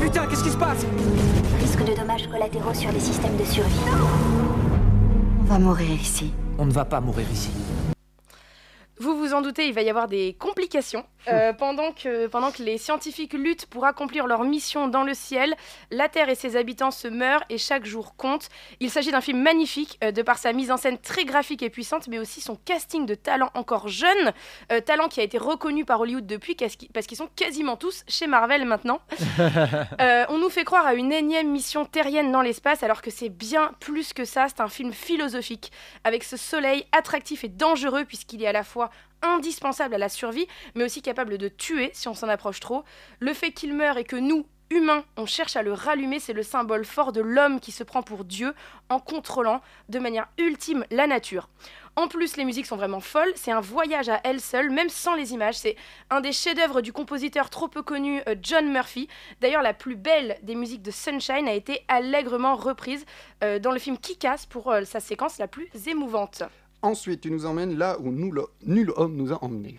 Putain, qu'est-ce qui se passe Risque de dommages collatéraux sur les systèmes de survie. On va mourir ici. On ne va pas mourir ici. Vous vous en doutez, il va y avoir des complications. Euh, pendant, que, pendant que les scientifiques luttent pour accomplir leur mission dans le ciel, la Terre et ses habitants se meurent et chaque jour compte. Il s'agit d'un film magnifique, euh, de par sa mise en scène très graphique et puissante, mais aussi son casting de talent encore jeune, euh, talent qui a été reconnu par Hollywood depuis, parce qu'ils parce qu'ils sont quasiment tous chez Marvel maintenant. Euh, on nous fait croire à une énième mission terrienne dans l'espace, alors que c'est bien plus que ça. C'est un film philosophique, avec ce soleil attractif et dangereux, puisqu'il est à la fois indispensable à la survie, mais aussi capable de tuer si on s'en approche trop. Le fait qu'il meurt et que nous, humains, on cherche à le rallumer, c'est le symbole fort de l'homme qui se prend pour Dieu en contrôlant de manière ultime la nature. En plus, les musiques sont vraiment folles, c'est un voyage à elle seule, même sans les images. C'est un des chefs-d'œuvre du compositeur trop peu connu euh, John Murphy. D'ailleurs, la plus belle des musiques de Sunshine a été allègrement reprise euh, dans le film Kick-Ass pour euh, sa séquence la plus émouvante. Ensuite, tu nous emmènes là où nous, le- nul homme nous a emmenés.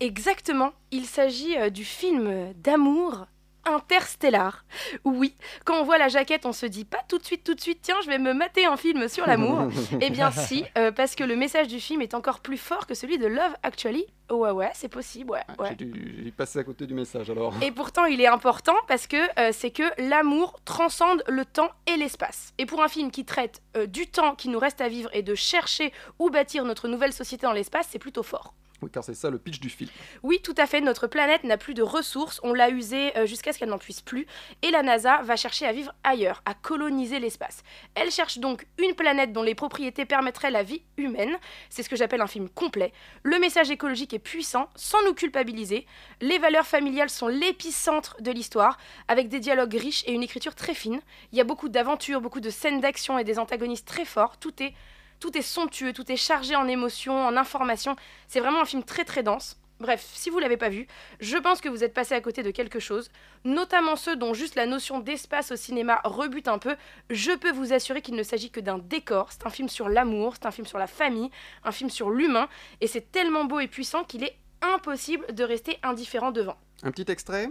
Exactement, il s'agit euh, du film euh, d'amour Interstellar. Oui, quand on voit la jaquette, on se dit pas tout de suite, tout de suite, tiens, je vais me mater un film sur l'amour. eh bien si, euh, parce que le message du film est encore plus fort que celui de Love Actually. Ouais, ouais, c'est possible, ouais. ouais. J'ai dû- j'ai passé à côté du message alors. Et pourtant, il est important parce que euh, c'est que l'amour transcende le temps et l'espace. Et pour un film qui traite euh, du temps qui nous reste à vivre et de chercher où bâtir notre nouvelle société dans l'espace, c'est plutôt fort. Oui, car c'est ça le pitch du film. Oui, tout à fait, notre planète n'a plus de ressources, on l'a usée euh, jusqu'à ce qu'elle n'en puisse plus, et la NASA va chercher à vivre ailleurs, à coloniser l'espace. Elle cherche donc une planète dont les propriétés permettraient la vie humaine, c'est ce que j'appelle un film complet. Le message écologique est puissant, sans nous culpabiliser, les valeurs familiales sont l'épicentre de l'histoire, avec des dialogues riches et une écriture très fine, il y a beaucoup d'aventures, beaucoup de scènes d'action et des antagonistes très forts, tout est... Tout est somptueux, tout est chargé en émotions, en informations. C'est vraiment un film très très dense. Bref, si vous l'avez pas vu, je pense que vous êtes passé à côté de quelque chose, notamment ceux dont juste la notion d'espace au cinéma rebute un peu. Je peux vous assurer qu'il ne s'agit que d'un décor. C'est un film sur l'amour, c'est un film sur la famille, un film sur l'humain, et c'est tellement beau et puissant qu'il est impossible de rester indifférent devant. Un petit extrait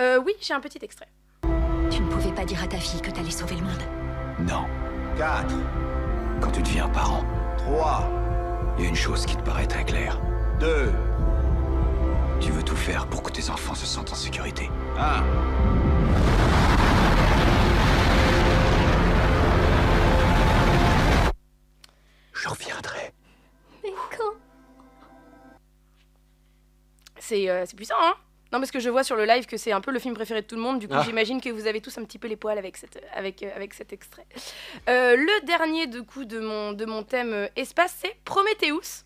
Euh, oui, j'ai un petit extrait. Tu ne pouvais pas dire à ta fille que t'allais sauver le monde. Non. 4. Quand tu deviens parent. 3. Il y a une chose qui te paraît très claire. 2. Tu veux tout faire pour que tes enfants se sentent en sécurité. 1. Je reviendrai. Mais quand C'est euh, c'est puissant, hein Non, parce que je vois sur le live que c'est un peu le film préféré de tout le monde. Du coup, Ah. j'imagine que vous avez tous un petit peu les poils avec, cette, avec, euh, avec cet extrait. Euh, le dernier, du coup, de mon, de mon thème euh, espace, c'est Prometheus.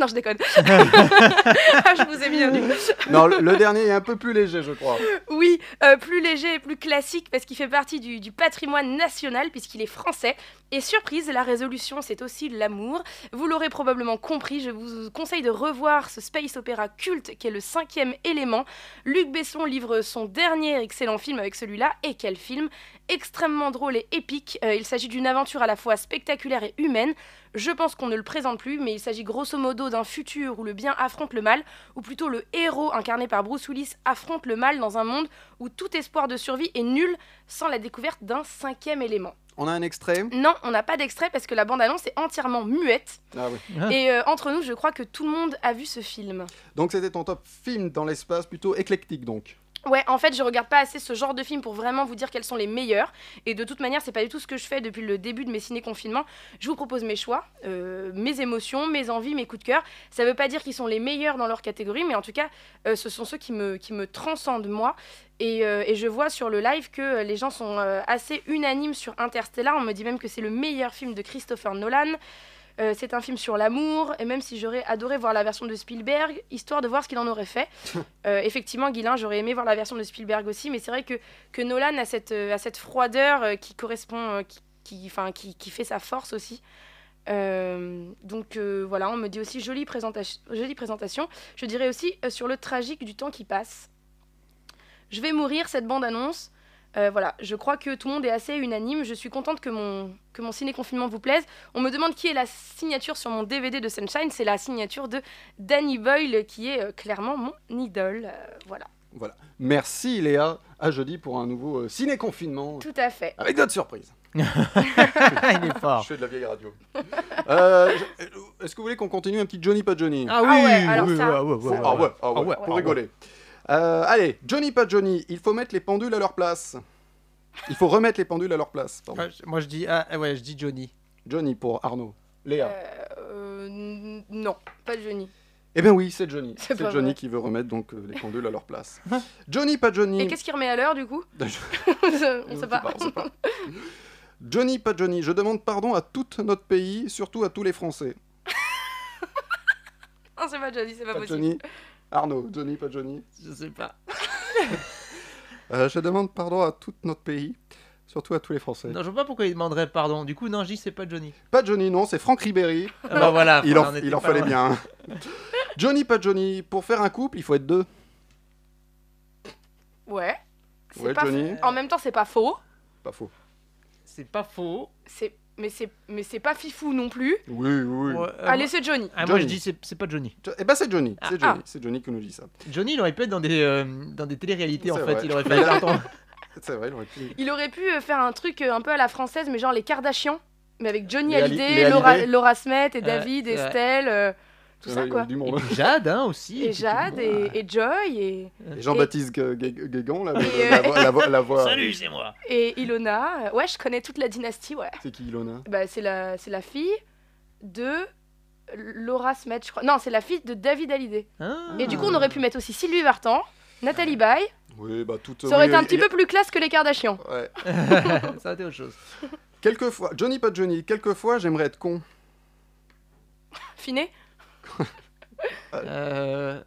non, je déconne. je vous ai mis un du- Non, le, le dernier est un peu plus léger, je crois. Oui, euh, plus léger et plus classique parce qu'il fait partie du, du patrimoine national puisqu'il est français. Et surprise, la résolution, c'est aussi l'amour. Vous l'aurez probablement compris, je vous conseille de revoir ce space opéra culte qu'est le cinquième élément. Luc Besson livre son dernier excellent film avec celui-là, et quel film Extrêmement drôle et épique, Euh, il s'agit d'une aventure à la fois spectaculaire et humaine. Je pense qu'on ne le présente plus, mais il s'agit grosso modo d'un futur où le bien affronte le mal, ou plutôt le héros incarné par Bruce Willis affronte le mal dans un monde où tout espoir de survie est nul sans la découverte d'un cinquième élément. On a un extrait Non, on n'a pas d'extrait parce que la bande-annonce est entièrement muette. Ah oui. Et euh, entre nous, je crois que tout le monde a vu ce film. Donc c'était ton top film dans l'espace, plutôt éclectique donc. Ouais, en fait, je regarde pas assez ce genre de film pour vraiment vous dire quels sont les meilleurs. Et de toute manière, c'est pas du tout ce que je fais depuis le début de mes ciné-confinements. Je vous propose mes choix, euh, mes émotions, mes envies, mes coups de cœur. Ça veut pas dire qu'ils sont les meilleurs dans leur catégorie, mais en tout cas, euh, ce sont ceux qui me, qui me transcendent, moi. Et, euh, et je vois sur le live que euh, les gens sont euh, assez unanimes sur Interstellar. On me dit même que c'est le meilleur film de Christopher Nolan. Euh, c'est un film sur l'amour, et même si j'aurais adoré voir la version de Spielberg, histoire de voir ce qu'il en aurait fait. Euh, effectivement, Guilin, j'aurais aimé voir la version de Spielberg aussi, mais c'est vrai que, que Nolan a cette, euh, a cette froideur euh, qui correspond, euh, qui, qui, enfin, qui, qui fait sa force aussi. Euh, donc euh, voilà, on me dit aussi jolie, présentation jolie présentation. Je dirais aussi euh, sur le tragique du temps qui passe. Je vais mourir, cette bande-annonce. Euh, voilà, je crois que tout le monde est assez unanime. Je suis contente que mon, que mon ciné-confinement vous plaise. On me demande qui est la signature sur mon DVD de Sunshine. C'est la signature de Danny Boyle, qui est euh, clairement mon idole. Euh, voilà, Voilà. Merci Léa, à jeudi pour un nouveau euh, ciné-confinement. tout à fait. Avec d'autres surprises. Ah, Il est fort. Je fais de la vieille radio. Euh, je- euh, Est-ce que vous voulez qu'on continue un petit Johnny pas Johnny Ah oui, Ah ouais, alors oui, ça- ouais, ouais, ouais, Ah ouais. ouais, ah Ah ouais, ouais, pour ah rigoler. Euh, allez, Johnny pas Johnny, il faut mettre les pendules à leur place. Il faut remettre les pendules à leur place. pardon. Ah, je- Moi je dis ah, ah ouais je dis Johnny. Johnny pour Arnaud. Léa. Euh, n- non, pas de Johnny. Eh bien oui, c'est Johnny. C'est C'est pas Johnny vrai. qui veut remettre donc euh, les pendules à leur place. Johnny pas Johnny. Euh, Et qu'est-ce qu'il remet à l'heure du coup On sait pas. Johnny pas Johnny, je demande pardon à tout notre pays, surtout à tous les Français. Non, c'est pas Johnny, c'est pas, Pas possible. Johnny. Arnaud, Johnny pas Johnny. Je sais pas. Euh, je demande pardon à tout notre pays, surtout à tous les Français. Non je vois pas pourquoi il demanderait pardon. Du coup non je dis c'est pas Johnny. Pas Johnny, non, c'est Franck Ribéry. Ah bah voilà, il en, on était il en pas fallait loin. bien. hein. Johnny, pas Johnny. Pour faire un couple, il faut être deux. Ouais. C'est Ouais, pas Johnny. faux. En même temps, c'est pas faux. Pas faux. C'est pas faux. C'est mais c'est mais c'est pas fifou non plus. Oui, oui. Ouais, euh, Allez, c'est Johnny. Ah, moi, je dis, c'est c'est pas Johnny. Eh ben, c'est Johnny. C'est Ah. Johnny. C'est Johnny qui nous dit ça. Johnny, il aurait pu être dans des, euh, dans des téléréalités, en C'est fait. vrai. Il aurait Mais fait là- Attends. C'est vrai, il aurait pu. Il aurait pu euh, faire un truc euh, un peu à la française, mais genre les Kardashians, mais avec Johnny Les Ali- les Hallyday, Hallyday. Laura, Laura Smet et Ouais, David, ouais. Estelle, euh, tout Ouais, ça il y a quoi. du monde. Et Jade, hein, aussi. Et Jade et, et Joy et, Et Jean-Baptiste Gue- Gue- Guégan, là, le- Et, la, euh, voix, la voix- la voix- moi. et Ilona. euh, Ouais, je connais toute la dynastie, ouais. C'est qui Ilona Bah, c'est la c'est la fille de Laura Smet, je crois. Non, c'est la fille de David Hallyday. Ah. Et du coup, on aurait pu mettre aussi Sylvie Vartan, Nathalie Baye. Oui, bah toute. Ça aurait oui, été un il- petit peu plus classe que les Kardashians. Ouais. Ça a été autre chose. Quelquefois, Johnny pas Johnny, quelquefois j'aimerais être con. Finé. Euh,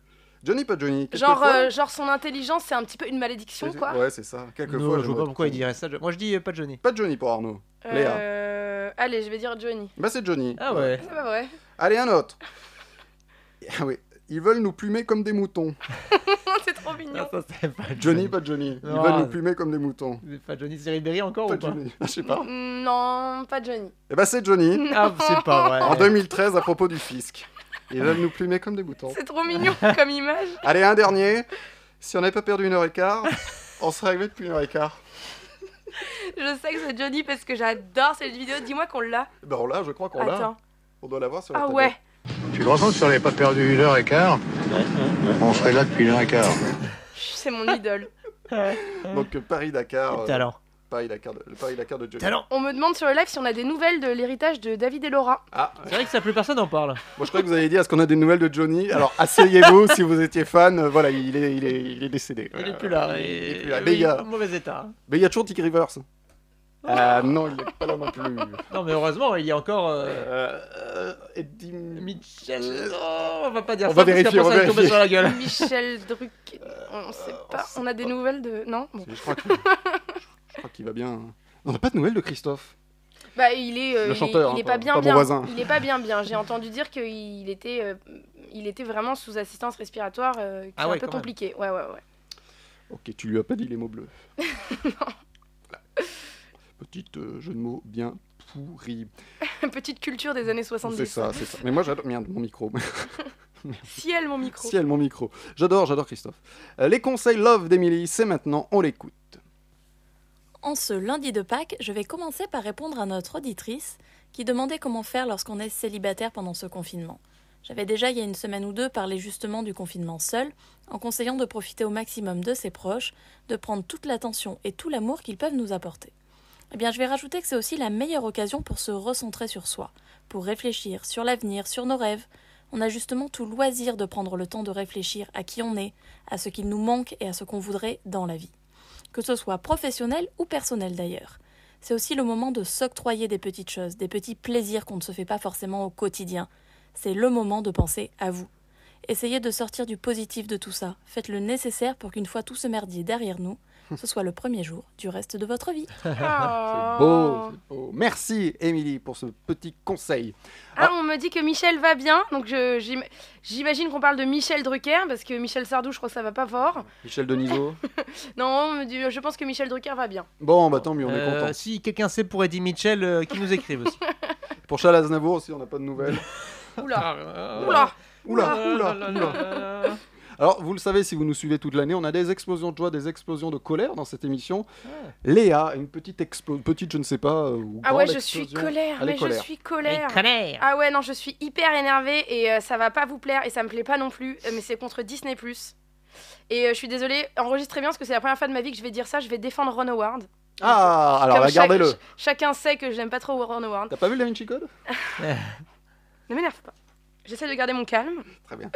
Johnny pas Johnny. Genre, quelquefois- euh, genre son intelligence, c'est un petit peu une malédiction, quoi. Ouais, c'est ça. Quelquefois. Non, je j'aimerais vois pas être pourquoi con. il dirait ça. Je- Moi, je dis euh, pas Johnny. Pas Johnny pour Arnaud. Léa. Euh, Allez, je vais dire Johnny. Bah c'est Johnny. Ah ouais. C'est pas vrai. Allez un autre. Ah oui. Ils veulent nous plumer comme des moutons. c'est trop Ah, mignon. Johnny pas Johnny. Ils Non. veulent nous plumer comme des moutons. Pas Johnny, c'est Ribéry encore Pas ou pas Johnny. Je sais pas. Mm, Non, pas Johnny. Eh bah c'est Johnny. Ah, c'est pas vrai. En 2013 à propos du fisc. Ils veulent nous plumer comme des moutons. C'est trop mignon comme image. Allez un dernier. Si on n'avait pas perdu une heure et quart, on serait arrivé depuis une heure et quart. Je sais que c'est Johnny parce que j'adore cette vidéo. Dis-moi qu'on l'a. Bah on l'a, je crois qu'on l'a. Attends. On doit l'avoir sur la Ah table. ouais. Tu te rends compte si on n'avait pas perdu une heure et quart On serait là depuis une heure et quart. C'est mon idole. Donc euh, Paris-Dakar. Le euh, talent. Paris-Dakar de, le Paris-Dakar de Johnny. Talent. On me demande sur le live si on a des nouvelles de l'héritage de David et Laura. Ah, C'est vrai que ça, plus personne en parle. moi je crois que vous avez dit, est-ce qu'on a des nouvelles de Johnny Alors asseyez-vous si vous étiez fan, euh, voilà, il est, il est, il est décédé. Il Voilà. est plus là. Il est et- plus là. oui, Mais il y a, Mauvais état. mais il y a toujours Dick Rivers. Ah non, il n'est pas là non plus. Non, mais heureusement, il y a encore. euh, euh, Eddie Mitchell. Oh, on va pas dire On ça. va vérifier, parce on va qu'après, vérifier. ça va tomber sur la gueule. Michel Druck. Euh, On sait pas. On a des nouvelles de. Non bon. Je crois que- je crois qu'il va bien. hein. On n'a pas de nouvelles de Christophe. Bah, il est, euh, Le il est- chanteur, il est hein, pas pas- bien, pas mon bien. voisin. Il est pas bien, bien. J'ai entendu dire qu'il était, euh, il était vraiment sous assistance respiratoire, euh, qui Ah est ouais, un peu quand même. compliqué. Ouais, ouais, ouais. Ok, tu lui as pas dit les mots bleus. Voilà. Petite euh, jeu de mots bien pourri. Petite culture des années 70. C'est ça, c'est ça. Mais moi j'adore. Merde, mon micro. Ciel, mon micro. Ciel, mon micro. J'adore, j'adore Christophe. Euh, les conseils Love d'Emily, c'est maintenant, on l'écoute. En ce lundi de Pâques, je vais commencer par répondre à notre auditrice qui demandait comment faire lorsqu'on est célibataire pendant ce confinement. J'avais déjà, il y a une semaine ou deux, parlé justement du confinement seul, en conseillant de profiter au maximum de ses proches, de prendre toute l'attention et tout l'amour qu'ils peuvent nous apporter. Eh bien, je vais rajouter que c'est aussi la meilleure occasion pour se recentrer sur soi, pour réfléchir sur l'avenir, sur nos rêves. On a justement tout loisir de prendre le temps de réfléchir à qui on est, à ce qu'il nous manque et à ce qu'on voudrait dans la vie que ce soit professionnel ou personnel d'ailleurs. C'est aussi le moment de s'octroyer des petites choses, des petits plaisirs qu'on ne se fait pas forcément au quotidien. C'est le moment de penser à vous. Essayez de sortir du positif de tout ça. Faites le nécessaire pour qu'une fois tout ce merdier derrière nous, ce soit le premier jour du reste de votre vie. Ah. C'est beau, c'est beau. Merci Émilie pour ce petit conseil. Ah, on me dit que Michel va bien, donc je- j'im- j'imagine qu'on parle de Michel Drucker, parce que Michel Sardou, je crois que ça va pas fort. Michel Denisot. Non, on me dit- je pense que Michel Drucker va bien. Bon, bah tant mieux, on est Euh, content. si quelqu'un sait pour Eddie Mitchell, euh, qu'il nous écrive aussi. Pour Charles Aznavour aussi, on n'a pas de nouvelles. Euh, Oula Oula Ah, Oula, oula, oula. Alors, vous le savez, si vous nous suivez toute l'année, on a des explosions de joie, des explosions de colère dans cette émission. Léa, une petite explosion, petite, je ne sais pas. euh, ou Ah ouais, grande je suis explosion. colère, Elle est mais je colère. suis colère. Mais colère. Ah ouais, non, je suis hyper énervée et euh, ça va pas vous plaire et ça me plaît pas non plus, euh, mais c'est contre Disney+. Et euh, je suis désolée, enregistrez bien parce que c'est la première fois de ma vie que je vais dire ça, je vais défendre Ron Howard. Ah, alors Comme là, chaque- gardez-le. ch- chacun sait que j'aime pas trop Ron Howard. T'as pas vu Da Vinci Code Ne m'énerve pas. J'essaie de garder mon calme. Très bien.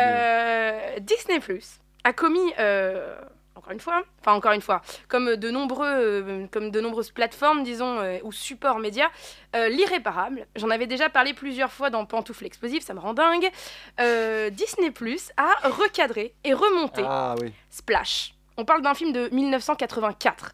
Euh, Disney Plus a commis euh, encore une fois, enfin encore une fois, comme de nombreux, euh, comme de nombreuses plateformes, disons, euh, ou supports médias, euh, l'irréparable. J'en avais déjà parlé plusieurs fois dans Pantoufle Explosive, ça me rend dingue. Euh, Disney Plus a recadré et remonté Ah oui. Splash. On parle d'un film de 1984.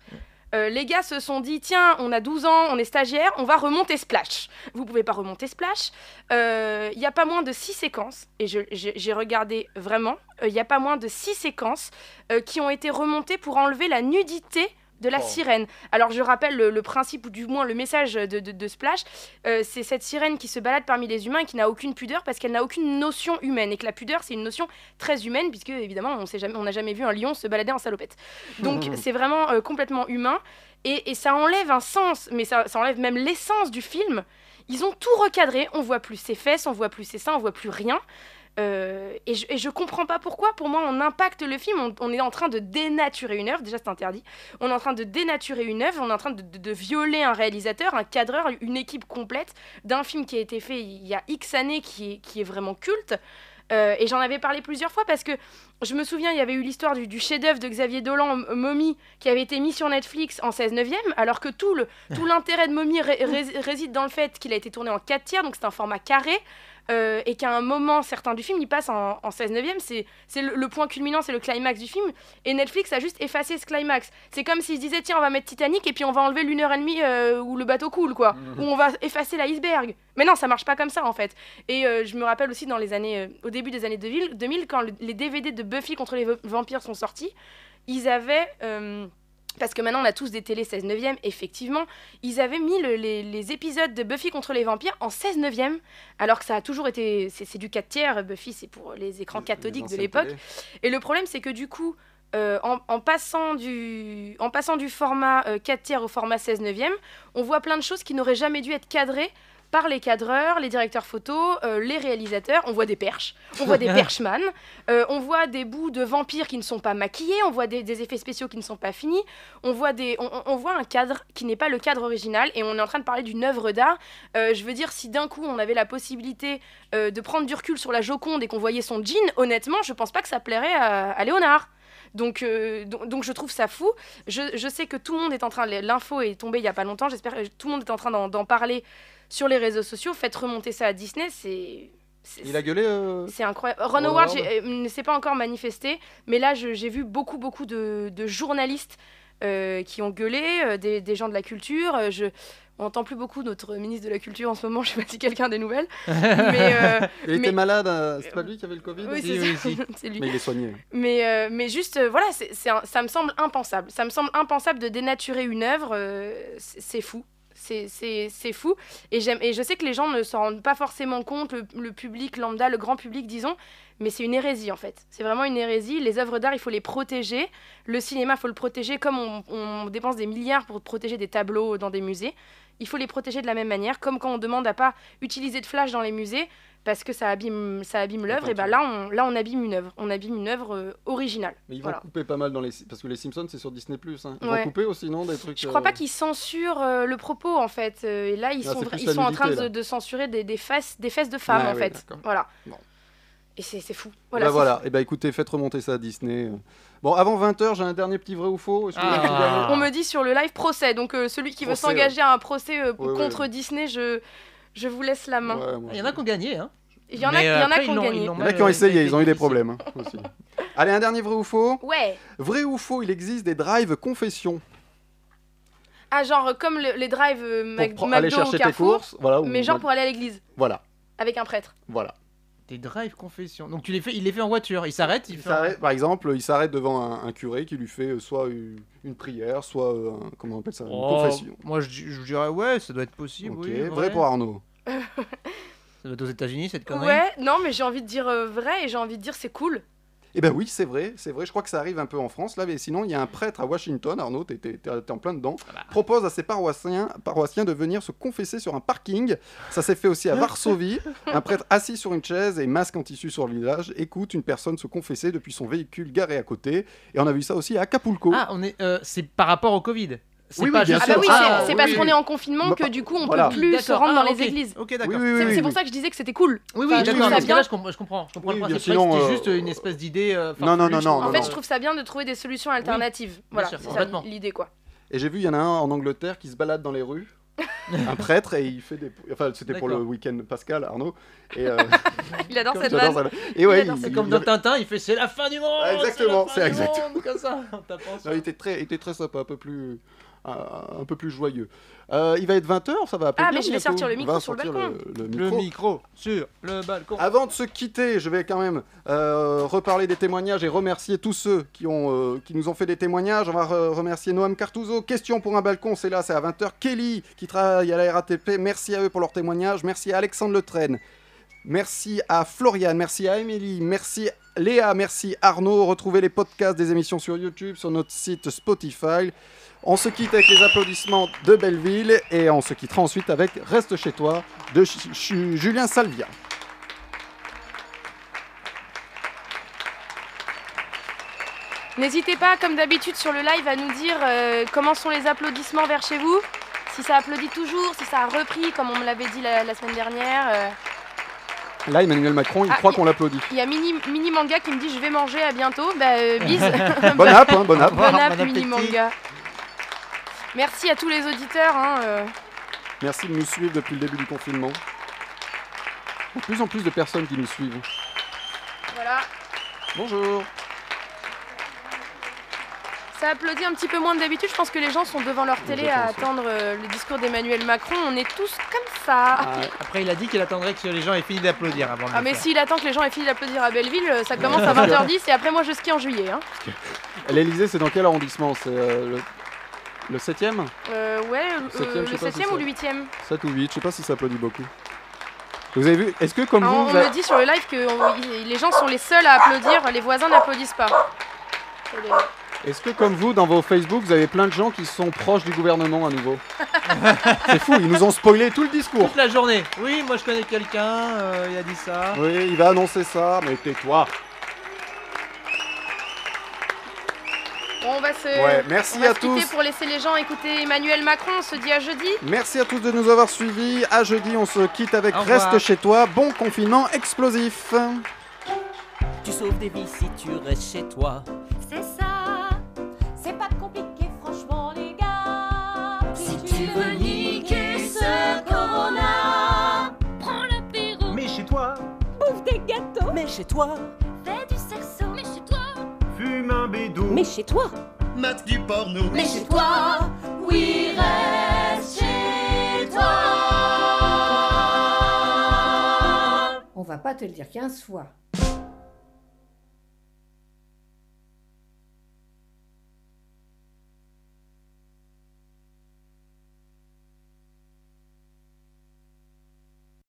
Euh, les gars se sont dit tiens, on a 12 ans, on est stagiaire, on va remonter Splash. Vous pouvez pas remonter Splash. Euh, Il y a pas moins de 6 séquences, et je- j'ai j'ai regardé vraiment, euh, il y a pas moins de 6 séquences euh, qui ont été remontées pour enlever la nudité de la sirène. Alors je rappelle le, le principe, ou du moins le message de, de- de Splash, euh, c'est cette sirène qui se balade parmi les humains et qui n'a aucune pudeur parce qu'elle n'a aucune notion humaine. Et que la pudeur, c'est une notion très humaine, puisque évidemment, on sait jamais- on n'a jamais vu un lion se balader en salopette. Donc c'est vraiment euh, complètement humain. Et, et ça enlève un sens, mais ça, ça enlève même l'essence du film. Ils ont tout recadré, on voit plus ses fesses, on voit plus ses seins, on voit plus rien. Euh, et, je, et je comprends pas pourquoi, pour moi, on impacte le film. On, on est en train de dénaturer une œuvre, déjà c'est interdit. On est en train de dénaturer une œuvre, on est en train de, de- de violer un réalisateur, un cadreur, une équipe complète d'un film qui a été fait il y a X années, qui est, qui est vraiment culte. Euh, et j'en avais parlé plusieurs fois parce que je me souviens, il y avait eu l'histoire du, du chef-d'œuvre de Xavier Dolan, M- Mommy, qui avait été mis sur Netflix en 16 neuvième, alors que tout le tout l'intérêt de Mommy ré- ré- réside dans le fait qu'il a été tourné en 4 tiers, donc c'est un format carré. euh, et qu'à un moment certain du film, il passe en, en 16 neuvième, c'est c'est le, le point culminant, c'est le climax du film, et Netflix a juste effacé ce climax. C'est comme s'ils se disaient, tiens, on va mettre Titanic, et puis on va enlever l'une heure et demie euh, où le bateau coule, quoi, où on va effacer l'iceberg. Mais non, ça marche pas comme ça, en fait. Et euh, je me rappelle aussi dans les années, euh, au début des années 2000, 2000, quand le- les DVD de Buffy contre les va- vampires sont sortis, ils avaient... euh, parce que maintenant on a tous des télés 16 neuvième, effectivement, ils avaient mis le- les, les épisodes de Buffy contre les vampires en 16 neuvième, alors que ça a toujours été, c'est c'est du 4 tiers, Buffy c'est pour les écrans cathodiques de anciennes l'époque. télés. Et le problème c'est que du coup, euh, en, en passant du, en passant du format euh, 4 tiers au format 16 neuvième, on voit plein de choses qui n'auraient jamais dû être cadrées par les cadreurs, les directeurs photos, euh, les réalisateurs. On voit des perches, on voit des perchemans, euh, on voit des bouts de vampires qui ne sont pas maquillés, on voit des, des effets spéciaux qui ne sont pas finis, on voit, des, on, on- on voit un cadre qui n'est pas le cadre original et on est en train de parler d'une œuvre d'art. Euh, je veux dire, si d'un coup on avait la possibilité euh, de prendre du recul sur la Joconde et qu'on voyait son jean, honnêtement, je pense pas que ça plairait à, à Léonard. Donc, euh, donc, donc je trouve ça fou. Je, je sais que tout le monde est en train, l'info est tombée il y a pas longtemps, j'espère que tout le monde est en train d'en d'en parler sur les réseaux sociaux. Faites remonter ça à Disney, c'est... c'est- Il a gueulé. euh, c'est incroyable. Ron Ron Howard Howard. j'ai- euh, ne s'est pas encore manifesté, mais là, je- j'ai vu beaucoup, beaucoup de, de journalistes euh, qui ont gueulé, euh, des, des gens de la culture. euh, je... On n'entend plus beaucoup notre ministre de la Culture en ce moment, je ne sais pas si quelqu'un a des nouvelles. mais, euh, Il mais- était malade, euh, c'est pas lui qui avait le Covid Oui, c'est Oui, ça. oui, si. C'est lui. Mais il est soigné. Mais, euh, mais juste, euh, voilà, c'est- c'est un- ça me semble impensable. Ça me semble impensable de dénaturer une œuvre. euh, c'est c'est fou. C'est- C'est c'est fou. Et, j'aime- et je sais que les gens ne s'en rendent pas forcément compte, le, le public lambda, le grand public, disons. Mais c'est une hérésie, en fait. C'est vraiment une hérésie. Les œuvres d'art, il faut les protéger. Le cinéma, il faut le protéger comme on, on dépense des milliards pour protéger des tableaux dans des musées. Il faut les protéger de la même manière, comme quand on demande à pas utiliser de flash dans les musées parce que ça abîme, ça abîme l'œuvre. Et ben là, on, là, on abîme une œuvre. On abîme une œuvre euh, originale. Mais ils vont Voilà. couper pas mal dans les. Parce que les Simpsons, c'est sur Disney. Hein. Ils Ouais. vont couper aussi, non Des trucs. Je crois euh, pas qu'ils censurent euh, le propos en fait. Euh, et là, ils Ah, sont, c'est vra- plus ils la sont en train nudité, de, là. de censurer des, des fesses, des fesses de femmes Ah en oui, fait. d'accord. Voilà. Bon. Et c'est c'est fou. Bah Voilà. c'est voilà. fou. Et bah écoutez, faites remonter ça à Disney. Bon, avant 20h, j'ai un dernier petit vrai ou faux. Est-ce que vous avez Ah. un dernier On me dit sur le live procès. Donc euh, celui qui veut Ah. Procès, ouais. s'engager à un procès euh, Ouais, ouais, contre ouais. Disney, je, je vous laisse la main. Il y en a qui ont gagné, hein. Il y en a, Mais, il y euh, en a après, qui ont ils l'ont- gagné. ils l'ont Il y en a qui ont Euh, essayé, les- ils ont eu des problèmes hein, aussi. Allez, un dernier vrai ou faux. Ouais. Vrai ou faux, il existe des drives confession. Ah genre euh, comme le- les drives euh, Mac- pro- McDo aller ou chercher tes Carrefour, courses, voilà, ou- mais genre pour aller à l'église Voilà, avec un prêtre. voilà. Des drives confession. Donc tu les fais, il les fait en voiture, il s'arrête, il, Il fait. s'arrête- par exemple, il s'arrête devant un, un curé qui lui fait euh, soit une, une prière, soit euh, un- comment on appelle ça, une Oh, confession. Moi je, di- je dirais ouais, ça doit être possible. Ok, oui, vrai pour Arnaud. Ça doit être aux États-Unis cette connerie. Ouais, non mais j'ai envie de dire euh, vrai et j'ai envie de dire c'est cool. Eh ben oui, c'est vrai, c'est vrai. Je crois que ça arrive un peu en France là, mais sinon il y a un prêtre à Washington, Arnaud, t'es, t'es- t'es- t'es en plein dedans, propose à ses paroissiens, paroissiens de venir se confesser sur un parking. Ça s'est fait aussi à Varsovie. un prêtre assis sur une chaise et masque en tissu sur le visage écoute une personne se confesser depuis son véhicule garé à côté. Et on a vu ça aussi à Acapulco. Ah, on est, euh, c'est par rapport au Covid. C'est Oh. Oui, oui, pas bien juste- sûr. Ah oui, c'est- Ah, c'est oui, parce oui. qu'on est en confinement Bah, que du coup on voilà. peut plus se D'accord. rendre Ah, dans ok. les églises. Ok, d'accord. Oui, oui, c'est oui, c'est oui, pour oui. ça que je disais que c'était cool. Oui, oui, Enfin, je d'accord. trouve ça Parce que bien. là, je, com- je comprends. Je comprends Oui, le bien principe. sûr, C'était euh, juste une espèce d'idée. euh, Non, non, non, farfelue, non, je non, En trouve. fait, je trouve ça bien de trouver des solutions alternatives. voilà, sûr, c'est ça complètement. l'idée quoi. Et j'ai vu, il y en a un en Angleterre qui se balade dans les rues. un prêtre et il fait des enfin c'était pour le D'accord. week-end Pascal Arnaud et euh, Il adore cette j'adore vanne. ça. et ouais il- C'est il- comme dans Tintin, il fait c'est la fin du monde. Ah, exactement, c'est c'est exact. exactement. Ah, Comme ça, on t'apprend ça. Non, il était très, il était très sympa, un peu plus, un, un peu plus joyeux. Euh, il va être 20h, ça va Ah, bien mais je vais bientôt. sortir le On micro va sur le sortir balcon. le Le micro sur le balcon. Avant de se quitter, je vais quand même euh, reparler des témoignages et remercier tous ceux qui, ont, euh, qui nous ont fait des témoignages. On va re- remercier Noam Cartuzo. Question pour un balcon, c'est là, c'est à 20h. Kelly, qui travaille à la RATP, merci à eux pour leurs témoignages. Merci à Alexandre Letraine. Merci à Florian, merci à Émilie, merci Léa, merci Arnaud. Retrouvez les podcasts des émissions sur YouTube, sur notre site Spotify. On se quitte avec les applaudissements de Belleville et on se quittera ensuite avec Reste chez toi de Ch- Ch- Julien Salvia. N'hésitez pas, comme d'habitude, sur le live à nous dire euh, comment sont les applaudissements vers chez vous. Si ça applaudit toujours, si ça a repris, comme on me l'avait dit la, la semaine dernière. euh. Là, Emmanuel Macron, il Ah, croit qu'on l'applaudit. Il y a Mini, Mini Manga qui me dit je vais manger, à bientôt. Bah, euh, bise. Bon app, hein, bon app. Bon app, Bon Mini appétit. Manga. Merci à tous les auditeurs. hein, euh. Merci de nous suivre depuis le début du confinement. De plus en plus de personnes qui nous suivent. Voilà. Bonjour. Ça applaudit un petit peu moins que d'habitude. Je pense que les gens sont devant leur télé à attendre euh, le discours d'Emmanuel Macron. On est tous comme ça. Ah, Après, il a dit qu'il attendrait que les gens aient fini d'applaudir avant de le mais faire. s'il attend que les gens aient fini d'applaudir à Belleville, euh, ça commence à 20h10 et après moi je skie en juillet. hein. L'Elysée, c'est dans quel arrondissement C'est euh, le... 7ème Euh, ouais, euh, Septième, je sais le pas, 7 c'est ou ça. le 8 7 ou 8, je sais pas si ça applaudit beaucoup. Vous avez vu Est-ce que comme Ah, vous. on vous me avez- dit sur le live que on- y- les gens sont les seuls à applaudir, les voisins n'applaudissent pas. C'est les- Est-ce que comme vous, dans vos Facebook, vous avez plein de gens qui sont proches du gouvernement à nouveau C'est fou, ils nous ont spoilé tout le discours. Toute la journée. Oui, moi je connais quelqu'un, euh, il a dit ça. Oui, il va annoncer ça, mais tais-toi. Bon, on va se, Ouais, merci Euh, on va à se quitter tous. pour laisser les gens écouter Emmanuel Macron. On se dit à jeudi. Merci à tous de nous avoir suivis. À jeudi, on se quitte avec Au revoir. Reste chez toi. Bon confinement explosif. Tu sauves des vies si tu restes chez toi. C'est ça, c'est pas compliqué, franchement, les gars. Si tu veux niquer ce qu'on a, prends l'apéro. Mais chez toi, bouffe des gâteaux. Mais chez toi, fais du cerceau. Mais chez toi, Fume un bédou. mais chez toi, Mate du porno. mais chez toi, oui, reste chez toi. On va pas te le dire 15 fois.